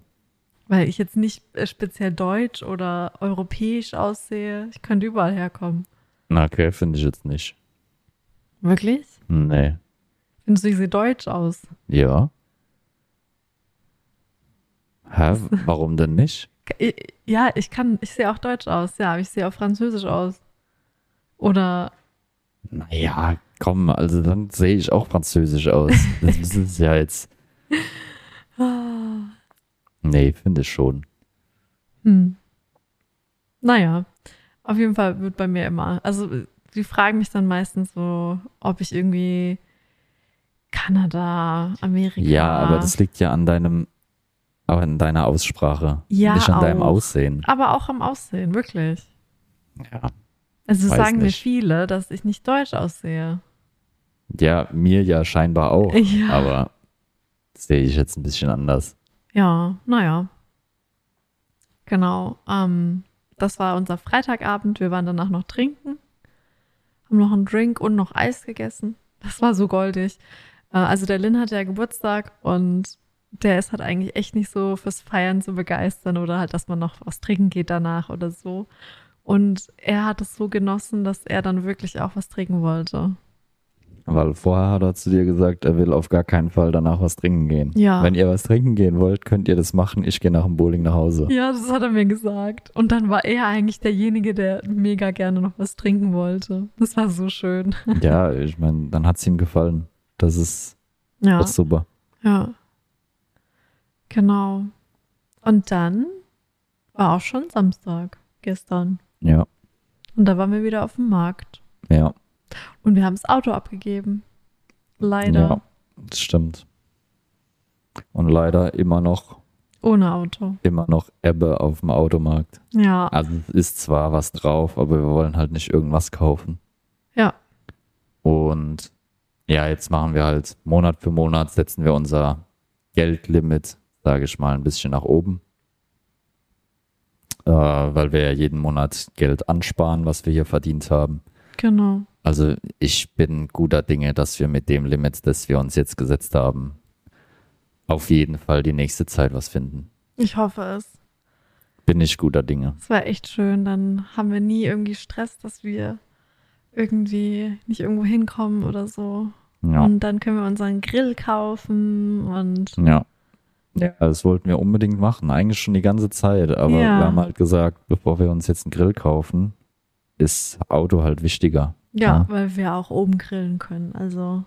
Speaker 1: weil ich jetzt nicht äh, speziell deutsch oder europäisch aussehe. Ich könnte überall herkommen.
Speaker 2: Na, okay, finde ich jetzt nicht.
Speaker 1: Wirklich?
Speaker 2: Nee.
Speaker 1: Findest du, ich sehe deutsch aus?
Speaker 2: Ja. Hä? Warum denn nicht?
Speaker 1: Ich- Ja, ich kann, ich sehe auch deutsch aus, ja, aber ich sehe auch französisch aus. Oder
Speaker 2: Naja, komm, also dann sehe ich auch französisch aus. Das ist es ja jetzt. Nee, finde ich schon.
Speaker 1: Hm. Naja, auf jeden Fall wird bei mir immer. Also, die fragen mich dann meistens so, ob ich irgendwie Kanada, Amerika.
Speaker 2: Ja, aber das liegt ja an deinem, aber an deiner Aussprache.
Speaker 1: Ja,
Speaker 2: Nicht an deinem
Speaker 1: auch.
Speaker 2: Aussehen.
Speaker 1: Aber auch am Aussehen, wirklich.
Speaker 2: Ja.
Speaker 1: Also
Speaker 2: Weiß
Speaker 1: sagen
Speaker 2: nicht.
Speaker 1: mir viele, dass ich nicht deutsch aussehe.
Speaker 2: Ja, mir ja scheinbar auch.
Speaker 1: Ja.
Speaker 2: Aber das sehe ich jetzt ein bisschen anders.
Speaker 1: Ja, naja. Genau. Ähm, das war unser Freitagabend. Wir waren danach noch trinken, haben noch einen Drink und noch Eis gegessen. Das war so goldig. Äh, also der Lin hatte ja Geburtstag und der ist halt eigentlich echt nicht so fürs Feiern zu begeistern oder halt, dass man noch was trinken geht danach oder so. Und er hat es so genossen, dass er dann wirklich auch was trinken wollte.
Speaker 2: Weil vorher hat er zu dir gesagt, er will auf gar keinen Fall danach was trinken gehen.
Speaker 1: Ja.
Speaker 2: Wenn ihr was trinken gehen wollt, könnt ihr das machen. Ich gehe nach dem Bowling nach Hause.
Speaker 1: Ja, das hat er mir gesagt. Und dann war er eigentlich derjenige, der mega gerne noch was trinken wollte. Das war so schön.
Speaker 2: Ja, ich meine, dann hat es ihm gefallen. Das ist
Speaker 1: Ja.
Speaker 2: doch super.
Speaker 1: Ja. Genau. Und dann war auch schon Samstag gestern.
Speaker 2: Ja,
Speaker 1: Und da waren wir wieder auf dem Markt.
Speaker 2: ja,
Speaker 1: Und wir haben das Auto abgegeben. Leider.
Speaker 2: Ja. das stimmt. Und leider immer noch,
Speaker 1: Ohne Auto.
Speaker 2: immer noch Ebbe auf dem Automarkt.
Speaker 1: Ja.
Speaker 2: Also es ist zwar was drauf, aber wir wollen halt nicht irgendwas kaufen.
Speaker 1: Ja.
Speaker 2: Und ja, jetzt machen wir halt Monat für Monat setzen wir unser Geldlimit, sage ich mal, ein bisschen nach oben. Äh, weil wir ja jeden Monat Geld ansparen, was wir hier verdient haben.
Speaker 1: Genau.
Speaker 2: Also ich bin guter Dinge, dass wir mit dem Limit, das wir uns jetzt gesetzt haben, auf jeden Fall die nächste Zeit was finden.
Speaker 1: Ich hoffe es.
Speaker 2: Bin ich guter Dinge.
Speaker 1: Es war echt schön. Dann haben wir nie irgendwie Stress, dass wir irgendwie nicht irgendwo hinkommen oder so.
Speaker 2: Ja.
Speaker 1: Und dann können wir unseren Grill kaufen und
Speaker 2: Ja. ja. Das wollten wir unbedingt machen, eigentlich schon die ganze Zeit. Aber
Speaker 1: Ja.
Speaker 2: wir haben halt gesagt, bevor wir uns jetzt einen Grill kaufen, ist Auto halt wichtiger.
Speaker 1: ja,
Speaker 2: Ja.
Speaker 1: weil wir auch oben grillen können. Also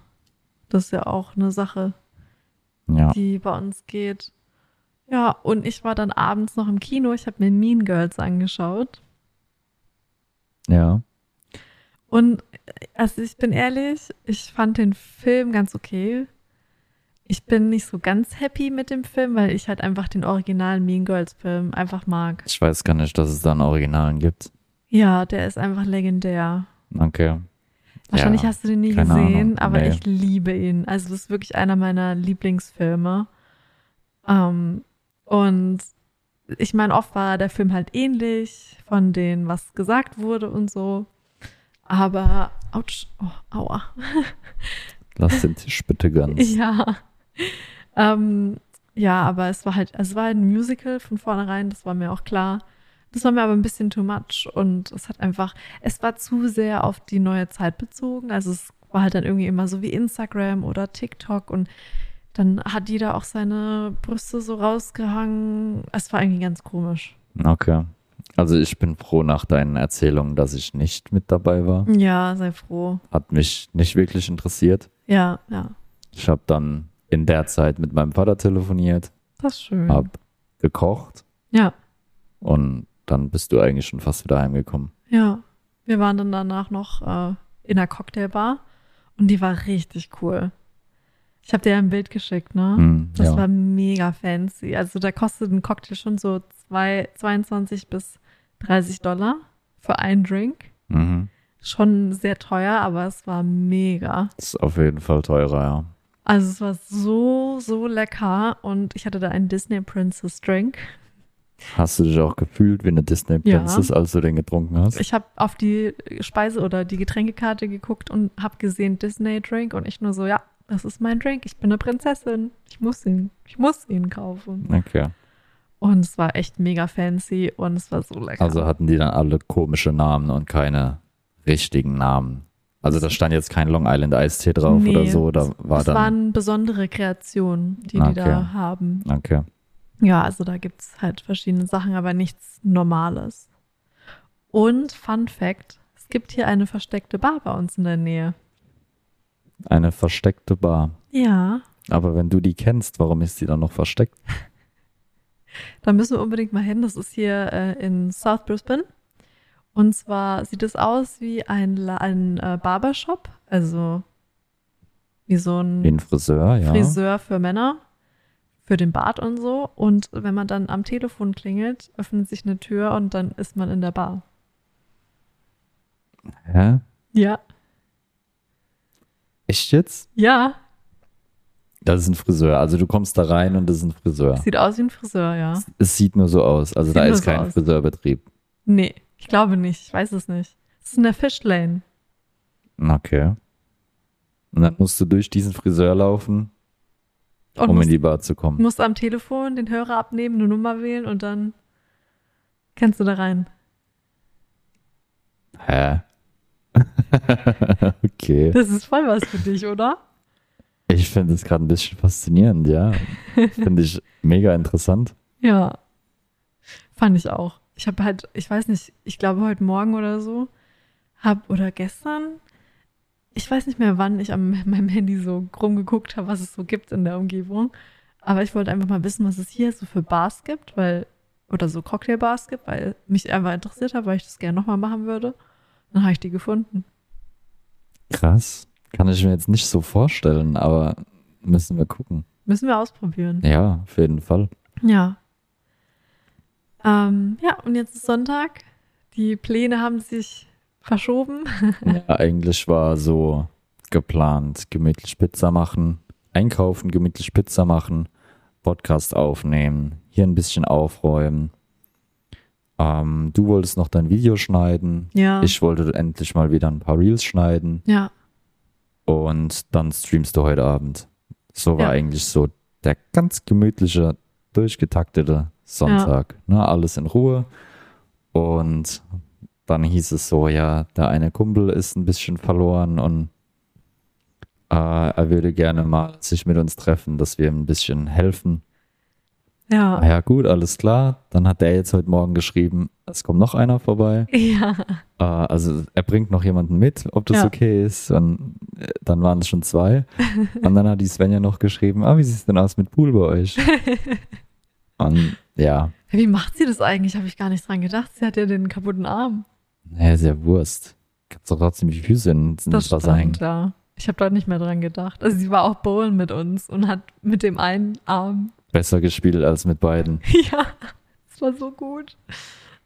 Speaker 1: das ist ja auch eine Sache,
Speaker 2: Ja.
Speaker 1: die bei uns geht. Ja, und ich war dann abends noch im Kino. Ich habe mir Mean Girls angeschaut.
Speaker 2: Ja.
Speaker 1: Und also ich bin ehrlich, ich fand den Film ganz okay. Ich bin nicht so ganz happy mit dem Film, weil ich halt einfach den originalen Mean Girls Film einfach mag.
Speaker 2: Ich weiß gar nicht, dass es da einen Originalen gibt.
Speaker 1: Ja, der ist einfach legendär.
Speaker 2: Okay.
Speaker 1: Wahrscheinlich
Speaker 2: Ja,
Speaker 1: hast du den nie
Speaker 2: keine
Speaker 1: gesehen,
Speaker 2: Ahnung,
Speaker 1: aber
Speaker 2: nee.
Speaker 1: ich liebe ihn. Also das ist wirklich einer meiner Lieblingsfilme. Ähm, und ich meine, oft war der Film halt ähnlich von dem, was gesagt wurde und so. Aber, ouch, oh, aua.
Speaker 2: Lass den Tisch bitte ganz.
Speaker 1: Ja. Ähm, ja, aber es war halt, es war ein Musical von vornherein, das war mir auch klar. Das war mir aber ein bisschen too much und es hat einfach, es war zu sehr auf die neue Zeit bezogen. Also es war halt dann irgendwie immer so wie Instagram oder TikTok und dann hat jeder auch seine Brüste so rausgehangen. Es war irgendwie ganz komisch.
Speaker 2: Okay. Also ich bin froh nach deinen Erzählungen, dass ich nicht mit dabei war.
Speaker 1: Ja, sei froh.
Speaker 2: Hat mich nicht wirklich interessiert.
Speaker 1: Ja, ja.
Speaker 2: Ich habe dann in der Zeit mit meinem Vater telefoniert,
Speaker 1: Das ist schön.
Speaker 2: habe gekocht
Speaker 1: Ja,
Speaker 2: und dann bist du eigentlich schon fast wieder heimgekommen.
Speaker 1: ja. Wir waren dann danach noch äh, in einer Cocktailbar und die war richtig cool. Ich habe dir ja ein Bild geschickt, ne?
Speaker 2: Hm,
Speaker 1: Das
Speaker 2: ja.
Speaker 1: war mega fancy. Also da kostet ein Cocktail schon so zwei, 22 bis 30 Dollar für einen Drink.
Speaker 2: mhm.
Speaker 1: Schon sehr teuer, aber es war mega.
Speaker 2: Ist auf jeden Fall teurer, ja.
Speaker 1: Also es war so, so lecker und ich hatte da einen Disney Princess Drink.
Speaker 2: Hast du dich auch gefühlt wie eine Disney
Speaker 1: Ja.
Speaker 2: Princess, als du den getrunken hast?
Speaker 1: Ich habe auf die Speise oder die Getränkekarte geguckt und habe gesehen Disney Drink und ich nur so, ja, das ist mein Drink. Ich bin eine Prinzessin. Ich muss ihn, ich muss ihn kaufen.
Speaker 2: Okay.
Speaker 1: Und es war echt mega fancy und es war so lecker.
Speaker 2: Also hatten die dann alle komische Namen und keine richtigen Namen. Also da stand jetzt kein Long Island Eistee drauf
Speaker 1: Nee,
Speaker 2: oder so, da war
Speaker 1: das
Speaker 2: dann.
Speaker 1: waren besondere Kreationen, die die
Speaker 2: Okay.
Speaker 1: da haben.
Speaker 2: Okay.
Speaker 1: Ja, also da gibt es halt verschiedene Sachen, aber nichts Normales. Und Fun Fact, es gibt hier eine versteckte Bar bei uns in der Nähe.
Speaker 2: Eine versteckte Bar.
Speaker 1: Ja,
Speaker 2: Aber wenn du die kennst, warum ist die dann noch versteckt?
Speaker 1: Da müssen wir unbedingt mal hin. Das ist hier äh, in South Brisbane. Und zwar sieht es aus wie ein, La ein äh, Barbershop, also wie so ein
Speaker 2: Wie ein Friseur, ja.
Speaker 1: Hm. Friseur für Männer, für den Bart und so. Und wenn man dann am Telefon klingelt, öffnet sich eine Tür und dann ist man in der Bar.
Speaker 2: Hä?
Speaker 1: Ja.
Speaker 2: Echt jetzt?
Speaker 1: Ja.
Speaker 2: Das ist ein Friseur. Also du kommst da rein und das ist ein Friseur.
Speaker 1: Sieht aus wie ein Friseur, ja.
Speaker 2: Es sieht nur so aus. Also
Speaker 1: Sieht
Speaker 2: da
Speaker 1: nur
Speaker 2: ist
Speaker 1: so
Speaker 2: kein
Speaker 1: aus.
Speaker 2: Friseurbetrieb.
Speaker 1: Nee, ich glaube nicht. Ich weiß es nicht. Es ist in der Fish Lane.
Speaker 2: Hm, Okay. Und dann musst du durch diesen Friseur laufen,
Speaker 1: Und
Speaker 2: um in
Speaker 1: musst,
Speaker 2: die Bar zu kommen.
Speaker 1: musst am Telefon den Hörer abnehmen, eine Nummer wählen und dann kannst du da rein.
Speaker 2: Hä? okay.
Speaker 1: Das ist voll was für dich, oder?
Speaker 2: Ich finde das gerade ein bisschen faszinierend, ja. Finde ich mega interessant.
Speaker 1: Ja. Fand ich auch. Ich habe halt, ich weiß nicht, ich glaube heute Morgen oder so, hab oder gestern, ich weiß nicht mehr, wann ich an meinem Handy so rumgeguckt habe, was es so gibt in der Umgebung. Aber ich wollte einfach mal wissen, was es hier so für Bars gibt, weil, oder so Cocktailbars gibt, weil mich einfach interessiert hat, weil ich das gerne nochmal machen würde. Dann habe ich die gefunden.
Speaker 2: Krass. Kann ich mir jetzt nicht so vorstellen, aber müssen wir gucken.
Speaker 1: Müssen wir ausprobieren.
Speaker 2: Ja, auf jeden Fall.
Speaker 1: Ja. Ähm, ja, und jetzt ist Sonntag. Die Pläne haben sich verschoben.
Speaker 2: Ja, eigentlich war so geplant, gemütlich Pizza machen, einkaufen, gemütlich Pizza machen, Podcast aufnehmen, hier ein bisschen aufräumen. Ähm, du wolltest noch dein Video schneiden.
Speaker 1: Ja.
Speaker 2: Ich wollte endlich mal wieder ein paar Reels schneiden
Speaker 1: Ja,
Speaker 2: und dann streamst du heute Abend. So war
Speaker 1: Ja.
Speaker 2: eigentlich so der ganz gemütliche, durchgetaktete Sonntag. Ne, alles in Ruhe. Und dann hieß es so, ja, der eine Kumpel ist ein bisschen verloren und äh, er würde gerne mal sich mit uns treffen, dass wir ihm ein bisschen helfen. Ah
Speaker 1: ja,
Speaker 2: ja, gut, alles klar. Dann hat der jetzt heute Morgen geschrieben, es kommt noch einer vorbei.
Speaker 1: ja,
Speaker 2: Äh, also er bringt noch jemanden mit, ob das
Speaker 1: Ja.
Speaker 2: okay ist. Und äh, dann waren es schon zwei. Und dann hat die Svenja noch geschrieben, ah, wie sieht es denn aus mit Pool bei euch? Und ja,
Speaker 1: Wie macht sie das eigentlich? Habe ich gar nicht dran gedacht. Sie hat ja den kaputten Arm.
Speaker 2: naja, sehr Wurst. Kannst doch trotzdem die Füße in
Speaker 1: Das
Speaker 2: das Wasser hängen.
Speaker 1: stimmt, ja. Ich habe da nicht mehr dran gedacht. Also sie war auch bowlen mit uns und hat mit dem einen Arm.
Speaker 2: Besser gespielt als mit beiden.
Speaker 1: Ja, das war so gut.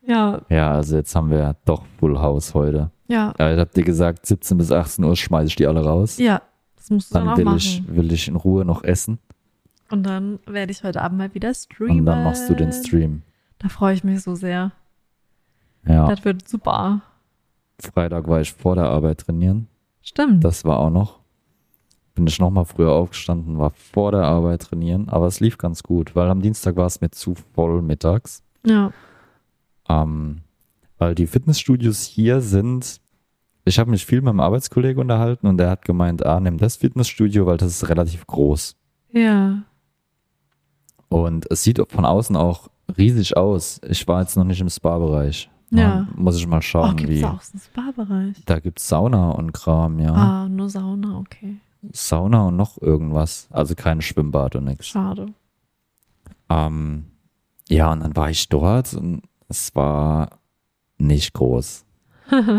Speaker 1: Ja,
Speaker 2: Ja, also jetzt haben wir doch Full House heute.
Speaker 1: ja,
Speaker 2: Ja, ich hab dir gesagt, 17 bis 18 Uhr schmeiße ich die alle raus.
Speaker 1: ja. Das musst du dann,
Speaker 2: Dann
Speaker 1: auch
Speaker 2: will
Speaker 1: machen.
Speaker 2: ich, will ich in Ruhe noch essen
Speaker 1: Und dann werde ich heute Abend mal wieder streamen.
Speaker 2: und dann machst du den Stream.
Speaker 1: Da freue ich mich so sehr.
Speaker 2: Ja,
Speaker 1: Das wird super.
Speaker 2: Freitag war ich vor der Arbeit trainieren.
Speaker 1: Stimmt.
Speaker 2: Das war auch noch. Bin ich nochmal früher aufgestanden, war vor der Arbeit trainieren, aber es lief ganz gut, weil am Dienstag war es mir zu voll mittags.
Speaker 1: ja,
Speaker 2: Ähm, weil die Fitnessstudios hier sind, ich habe mich viel mit meinem Arbeitskollegen unterhalten und der hat gemeint, ah, nimm das Fitnessstudio, weil das ist relativ groß.
Speaker 1: ja,
Speaker 2: Und es sieht von außen auch riesig aus. Ich war jetzt noch nicht im Spa-Bereich. Ähm,
Speaker 1: ja.
Speaker 2: Muss ich mal
Speaker 1: Oh,
Speaker 2: schauen,
Speaker 1: gibt es
Speaker 2: wie.
Speaker 1: auch einen Spa-Bereich?
Speaker 2: Da gibt es Sauna und Kram, ja.
Speaker 1: Ah, nur Sauna, okay.
Speaker 2: Sauna und noch irgendwas. Also kein Schwimmbad und nichts.
Speaker 1: Schade.
Speaker 2: Ähm, ja, und dann war ich dort und es war nicht groß.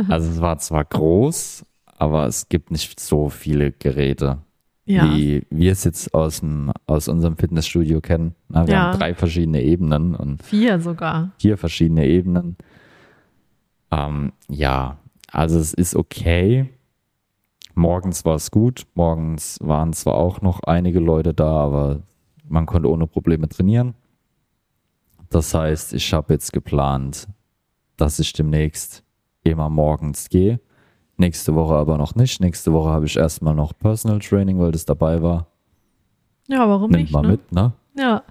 Speaker 2: Also es war zwar groß, aber es gibt nicht so viele Geräte,
Speaker 1: Ja.
Speaker 2: wie wir es jetzt aus, dem, aus unserem Fitnessstudio kennen. Na, wir
Speaker 1: Ja.
Speaker 2: haben drei verschiedene Ebenen und
Speaker 1: Vier sogar.
Speaker 2: vier verschiedene Ebenen. Ähm, ja, also es ist okay. Morgens war es gut. Morgens waren zwar auch noch einige Leute da, aber man konnte ohne Probleme trainieren. Das heißt, ich habe jetzt geplant, dass ich demnächst immer morgens gehe. Nächste Woche aber noch nicht. Nächste Woche habe ich erstmal noch Personal Training, weil das dabei war.
Speaker 1: Ja, warum
Speaker 2: Nimmt
Speaker 1: nicht?
Speaker 2: mal
Speaker 1: ne?
Speaker 2: mit, ne?
Speaker 1: Ja,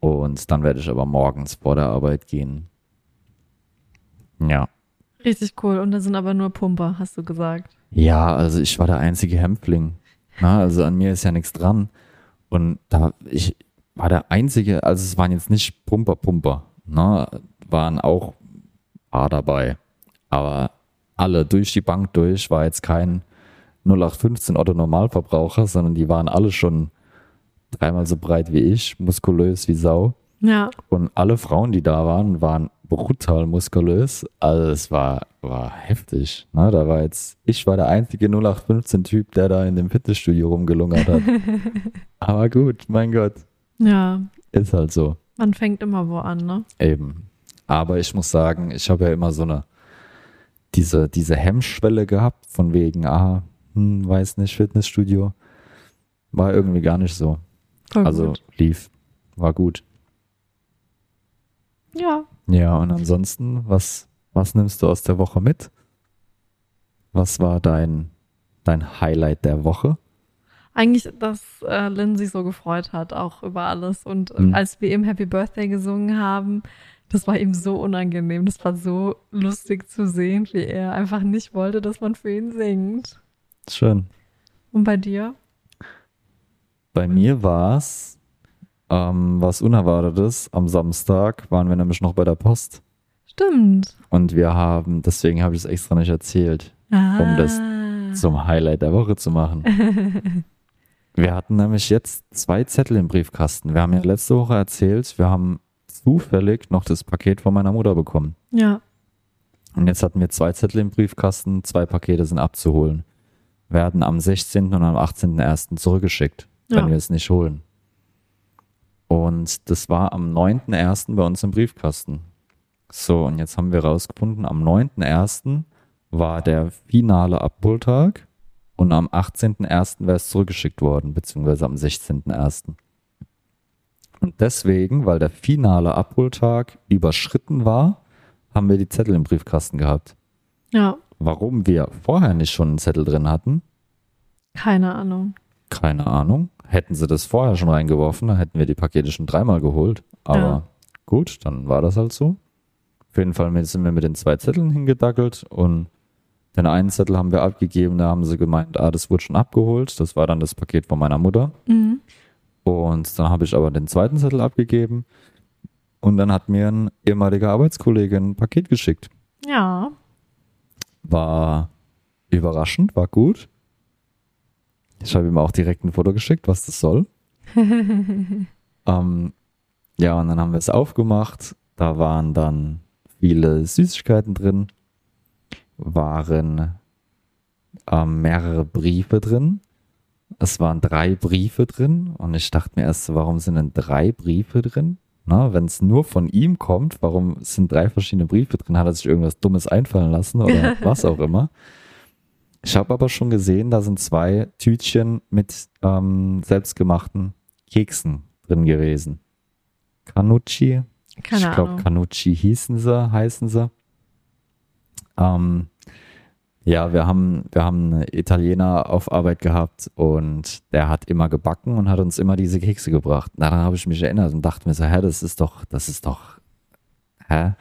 Speaker 2: Und dann werde ich aber morgens vor der Arbeit gehen. Ja.
Speaker 1: richtig cool. Und da sind aber nur Pumper, hast du gesagt.
Speaker 2: Ja, also ich war der einzige Hämpfling. Na, also an mir ist ja nichts dran. Und da, ich war der einzige, also es waren jetzt nicht Pumper, Pumper. Na, waren auch A dabei. Aber alle durch die Bank durch war jetzt kein 0815 Otto Normalverbraucher, sondern die waren alle schon dreimal so breit wie ich, muskulös wie Sau.
Speaker 1: Ja,
Speaker 2: Und alle Frauen, die da waren, waren brutal muskulös. Also es war, war heftig. Ne? Da war jetzt, ich war der einzige 0815-Typ, der da in dem Fitnessstudio rumgelungert hat. Aber gut, mein Gott,
Speaker 1: ja.
Speaker 2: ist halt so.
Speaker 1: Man fängt immer wo an, ne?
Speaker 2: Eben. Aber ich muss sagen, ich habe ja immer so eine diese, diese Hemmschwelle gehabt, von wegen, ah, hm, weiß nicht, Fitnessstudio. War irgendwie gar nicht so.
Speaker 1: Voll
Speaker 2: also
Speaker 1: gut.
Speaker 2: lief, war gut.
Speaker 1: Ja,
Speaker 2: Ja, und ansonsten, was, was nimmst du aus der Woche mit? Was war dein, dein Highlight der Woche?
Speaker 1: eigentlich, dass äh, Lynn sich so gefreut hat, auch über alles. Und äh,
Speaker 2: Mhm.
Speaker 1: als wir ihm Happy Birthday gesungen haben, das war ihm so unangenehm. Das war so lustig zu sehen, wie er einfach nicht wollte, dass man für ihn singt.
Speaker 2: Schön.
Speaker 1: Und bei dir?
Speaker 2: Bei mir war es ähm, was Unerwartetes. Am Samstag waren wir nämlich noch bei der Post.
Speaker 1: Stimmt.
Speaker 2: Und wir haben, deswegen habe ich es extra nicht erzählt,
Speaker 1: Ah.
Speaker 2: Um das zum Highlight der Woche zu machen. wir hatten nämlich jetzt zwei Zettel im Briefkasten. Wir haben ja letzte Woche erzählt, wir haben zufällig noch das Paket von meiner Mutter bekommen.
Speaker 1: Ja.
Speaker 2: Und jetzt hatten wir zwei Zettel im Briefkasten, zwei Pakete sind abzuholen. Werden am 16. und am 18.01. zurückgeschickt, wenn
Speaker 1: Ja.
Speaker 2: wir es nicht holen. Und das war am 9.01. bei uns im Briefkasten. So, und jetzt haben wir rausgefunden, am 9.01. war der finale Abholtag und am 18.01. wäre es zurückgeschickt worden, beziehungsweise am 16.01. Und deswegen, weil der finale Abholtag überschritten war, haben wir die Zettel im Briefkasten gehabt.
Speaker 1: Ja.
Speaker 2: Warum wir vorher nicht schon einen Zettel drin hatten,
Speaker 1: Keine Ahnung.
Speaker 2: keine Ahnung. Hätten sie das vorher schon reingeworfen, dann hätten wir die Pakete schon dreimal geholt. Aber
Speaker 1: Ja.
Speaker 2: gut, dann war das halt so. Auf jeden Fall sind wir mit den zwei Zetteln hingedackelt und den einen Zettel haben wir abgegeben, da haben sie gemeint, ah, das wurde schon abgeholt. Das war dann das Paket von meiner Mutter.
Speaker 1: Mhm.
Speaker 2: Und dann habe ich aber den zweiten Zettel abgegeben und dann hat mir ein ehemaliger Arbeitskollege ein Paket geschickt.
Speaker 1: Ja.
Speaker 2: War überraschend, war gut. Ich habe ihm auch direkt ein Foto geschickt, was das soll. ähm, ja, und dann haben wir es aufgemacht. Da waren dann viele Süßigkeiten drin, waren ähm, mehrere Briefe drin. Es waren drei Briefe drin und ich dachte mir erst, so, warum sind denn drei Briefe drin? Wenn es nur von ihm kommt, warum sind drei verschiedene Briefe drin? Hat er sich irgendwas Dummes einfallen lassen oder was auch immer? Ich habe aber schon gesehen, da sind zwei Tütchen mit ähm, selbstgemachten Keksen drin gewesen. Canucci,
Speaker 1: Keine
Speaker 2: ich glaube,
Speaker 1: Ahnung.
Speaker 2: Canucci hießen sie, heißen sie. Ähm, ja, wir haben, wir haben einen Italiener auf Arbeit gehabt und der hat immer gebacken und hat uns immer diese Kekse gebracht. Daran habe ich mich erinnert und dachte mir so, hä, das ist doch, das ist doch, hä?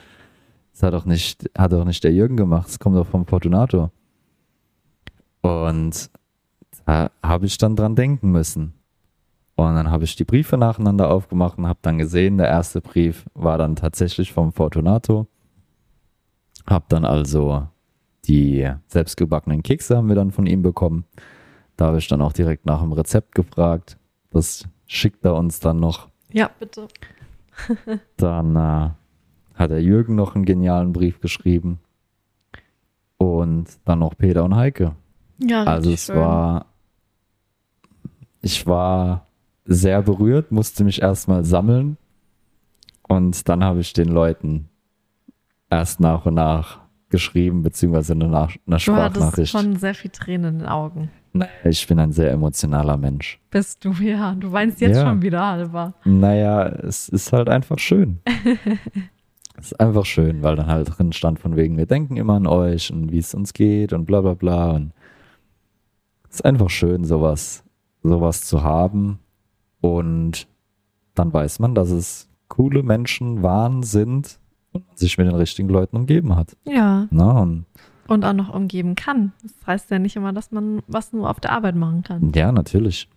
Speaker 2: Das hat doch nicht, hat doch nicht der Jürgen gemacht, das kommt doch vom Fortunato. Und da habe ich dann dran denken müssen. Und dann habe ich die Briefe nacheinander aufgemacht und habe dann gesehen, der erste Brief war dann tatsächlich vom Fortunato. Habe dann also die selbstgebackenen Kekse haben wir dann von ihm bekommen. Da habe ich dann auch direkt nach dem Rezept gefragt. Das schickt er uns dann noch.
Speaker 1: Ja, bitte.
Speaker 2: Dann äh, hat der Jürgen noch einen genialen Brief geschrieben. Und dann noch Peter und Heike.
Speaker 1: Ja, richtig
Speaker 2: Also es
Speaker 1: schön.
Speaker 2: war, ich war sehr berührt, musste mich erstmal sammeln und dann habe ich den Leuten erst nach und nach geschrieben, beziehungsweise eine, nach eine
Speaker 1: Du hattest
Speaker 2: Sprachnachricht.
Speaker 1: schon sehr viel Tränen in den Augen.
Speaker 2: Naja, Ich bin ein sehr emotionaler Mensch.
Speaker 1: Bist du, ja. Du weinst jetzt
Speaker 2: Ja.
Speaker 1: schon wieder halber.
Speaker 2: Naja, es ist halt einfach schön. es ist einfach schön, weil dann halt drin stand von wegen, wir denken immer an euch und wie es uns geht und bla bla bla. Und es ist einfach schön, sowas, sowas zu haben. Und dann weiß man, dass es coole Menschen waren, sind und man sich mit den richtigen Leuten umgeben hat.
Speaker 1: Ja.
Speaker 2: Na, und
Speaker 1: Und auch noch umgeben kann. Das heißt ja nicht immer, dass man was nur auf der Arbeit machen kann.
Speaker 2: ja, natürlich.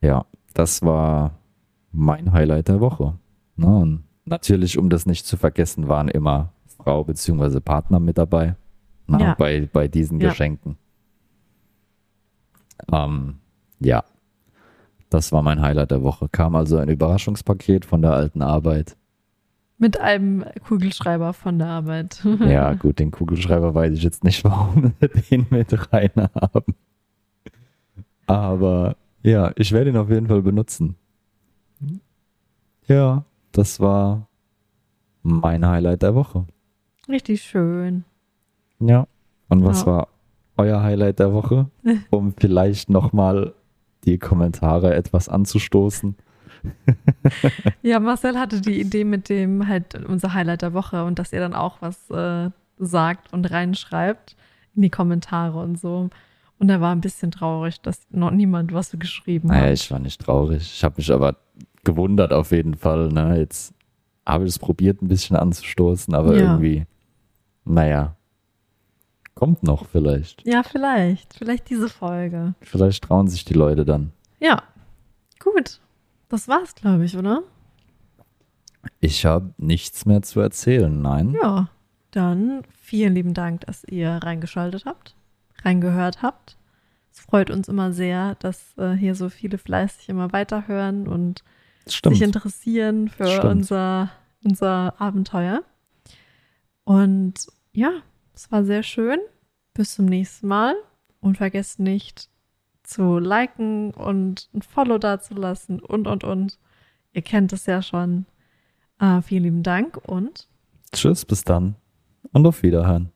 Speaker 2: Ja, das war mein Highlight der Woche. Na, und natürlich, um das nicht zu vergessen, waren immer Frau bzw. Partner mit dabei. Na,
Speaker 1: Ja.
Speaker 2: bei, bei diesen
Speaker 1: Ja.
Speaker 2: Geschenken. Ähm, ja, das war mein Highlight der Woche. Kam also ein Überraschungspaket von der alten Arbeit.
Speaker 1: Mit einem Kugelschreiber von der Arbeit.
Speaker 2: Ja, gut, den Kugelschreiber weiß ich jetzt nicht, warum wir den mit rein haben. Aber ja, ich werde ihn auf jeden Fall benutzen. Ja, das war mein Highlight der Woche.
Speaker 1: Richtig schön.
Speaker 2: Ja. Und was
Speaker 1: Ja.
Speaker 2: war euer Highlight der Woche? Um vielleicht nochmal die Kommentare etwas anzustoßen.
Speaker 1: Ja, Marcel hatte die Idee mit dem halt unser Highlight der Woche und dass ihr dann auch was äh, sagt und reinschreibt in die Kommentare und so. Und er war ein bisschen traurig, dass noch niemand was geschrieben hat.
Speaker 2: Naja, ich war nicht traurig. Ich habe mich aber gewundert auf jeden Fall. Ne? Jetzt habe ich es probiert, ein bisschen anzustoßen, aber
Speaker 1: Ja.
Speaker 2: irgendwie, naja, kommt noch vielleicht.
Speaker 1: Ja, vielleicht. Vielleicht diese Folge.
Speaker 2: Vielleicht trauen sich die Leute dann.
Speaker 1: Ja. Gut. Das war's, glaube ich, oder?
Speaker 2: Ich habe nichts mehr zu erzählen, nein.
Speaker 1: Ja. Dann vielen lieben Dank, dass ihr reingeschaltet habt, reingehört habt. Es freut uns immer sehr, dass äh, hier so viele fleißig immer weiterhören und sich
Speaker 2: Stimmt.
Speaker 1: interessieren für
Speaker 2: Stimmt.
Speaker 1: unser, unser Abenteuer. Und ja, es war sehr schön. Bis zum nächsten Mal. Und vergesst nicht zu liken und ein Follow dazulassen und, und, und. Ihr kennt es ja schon. Äh, vielen lieben Dank und
Speaker 2: Tschüss, bis dann und auf Wiederhören.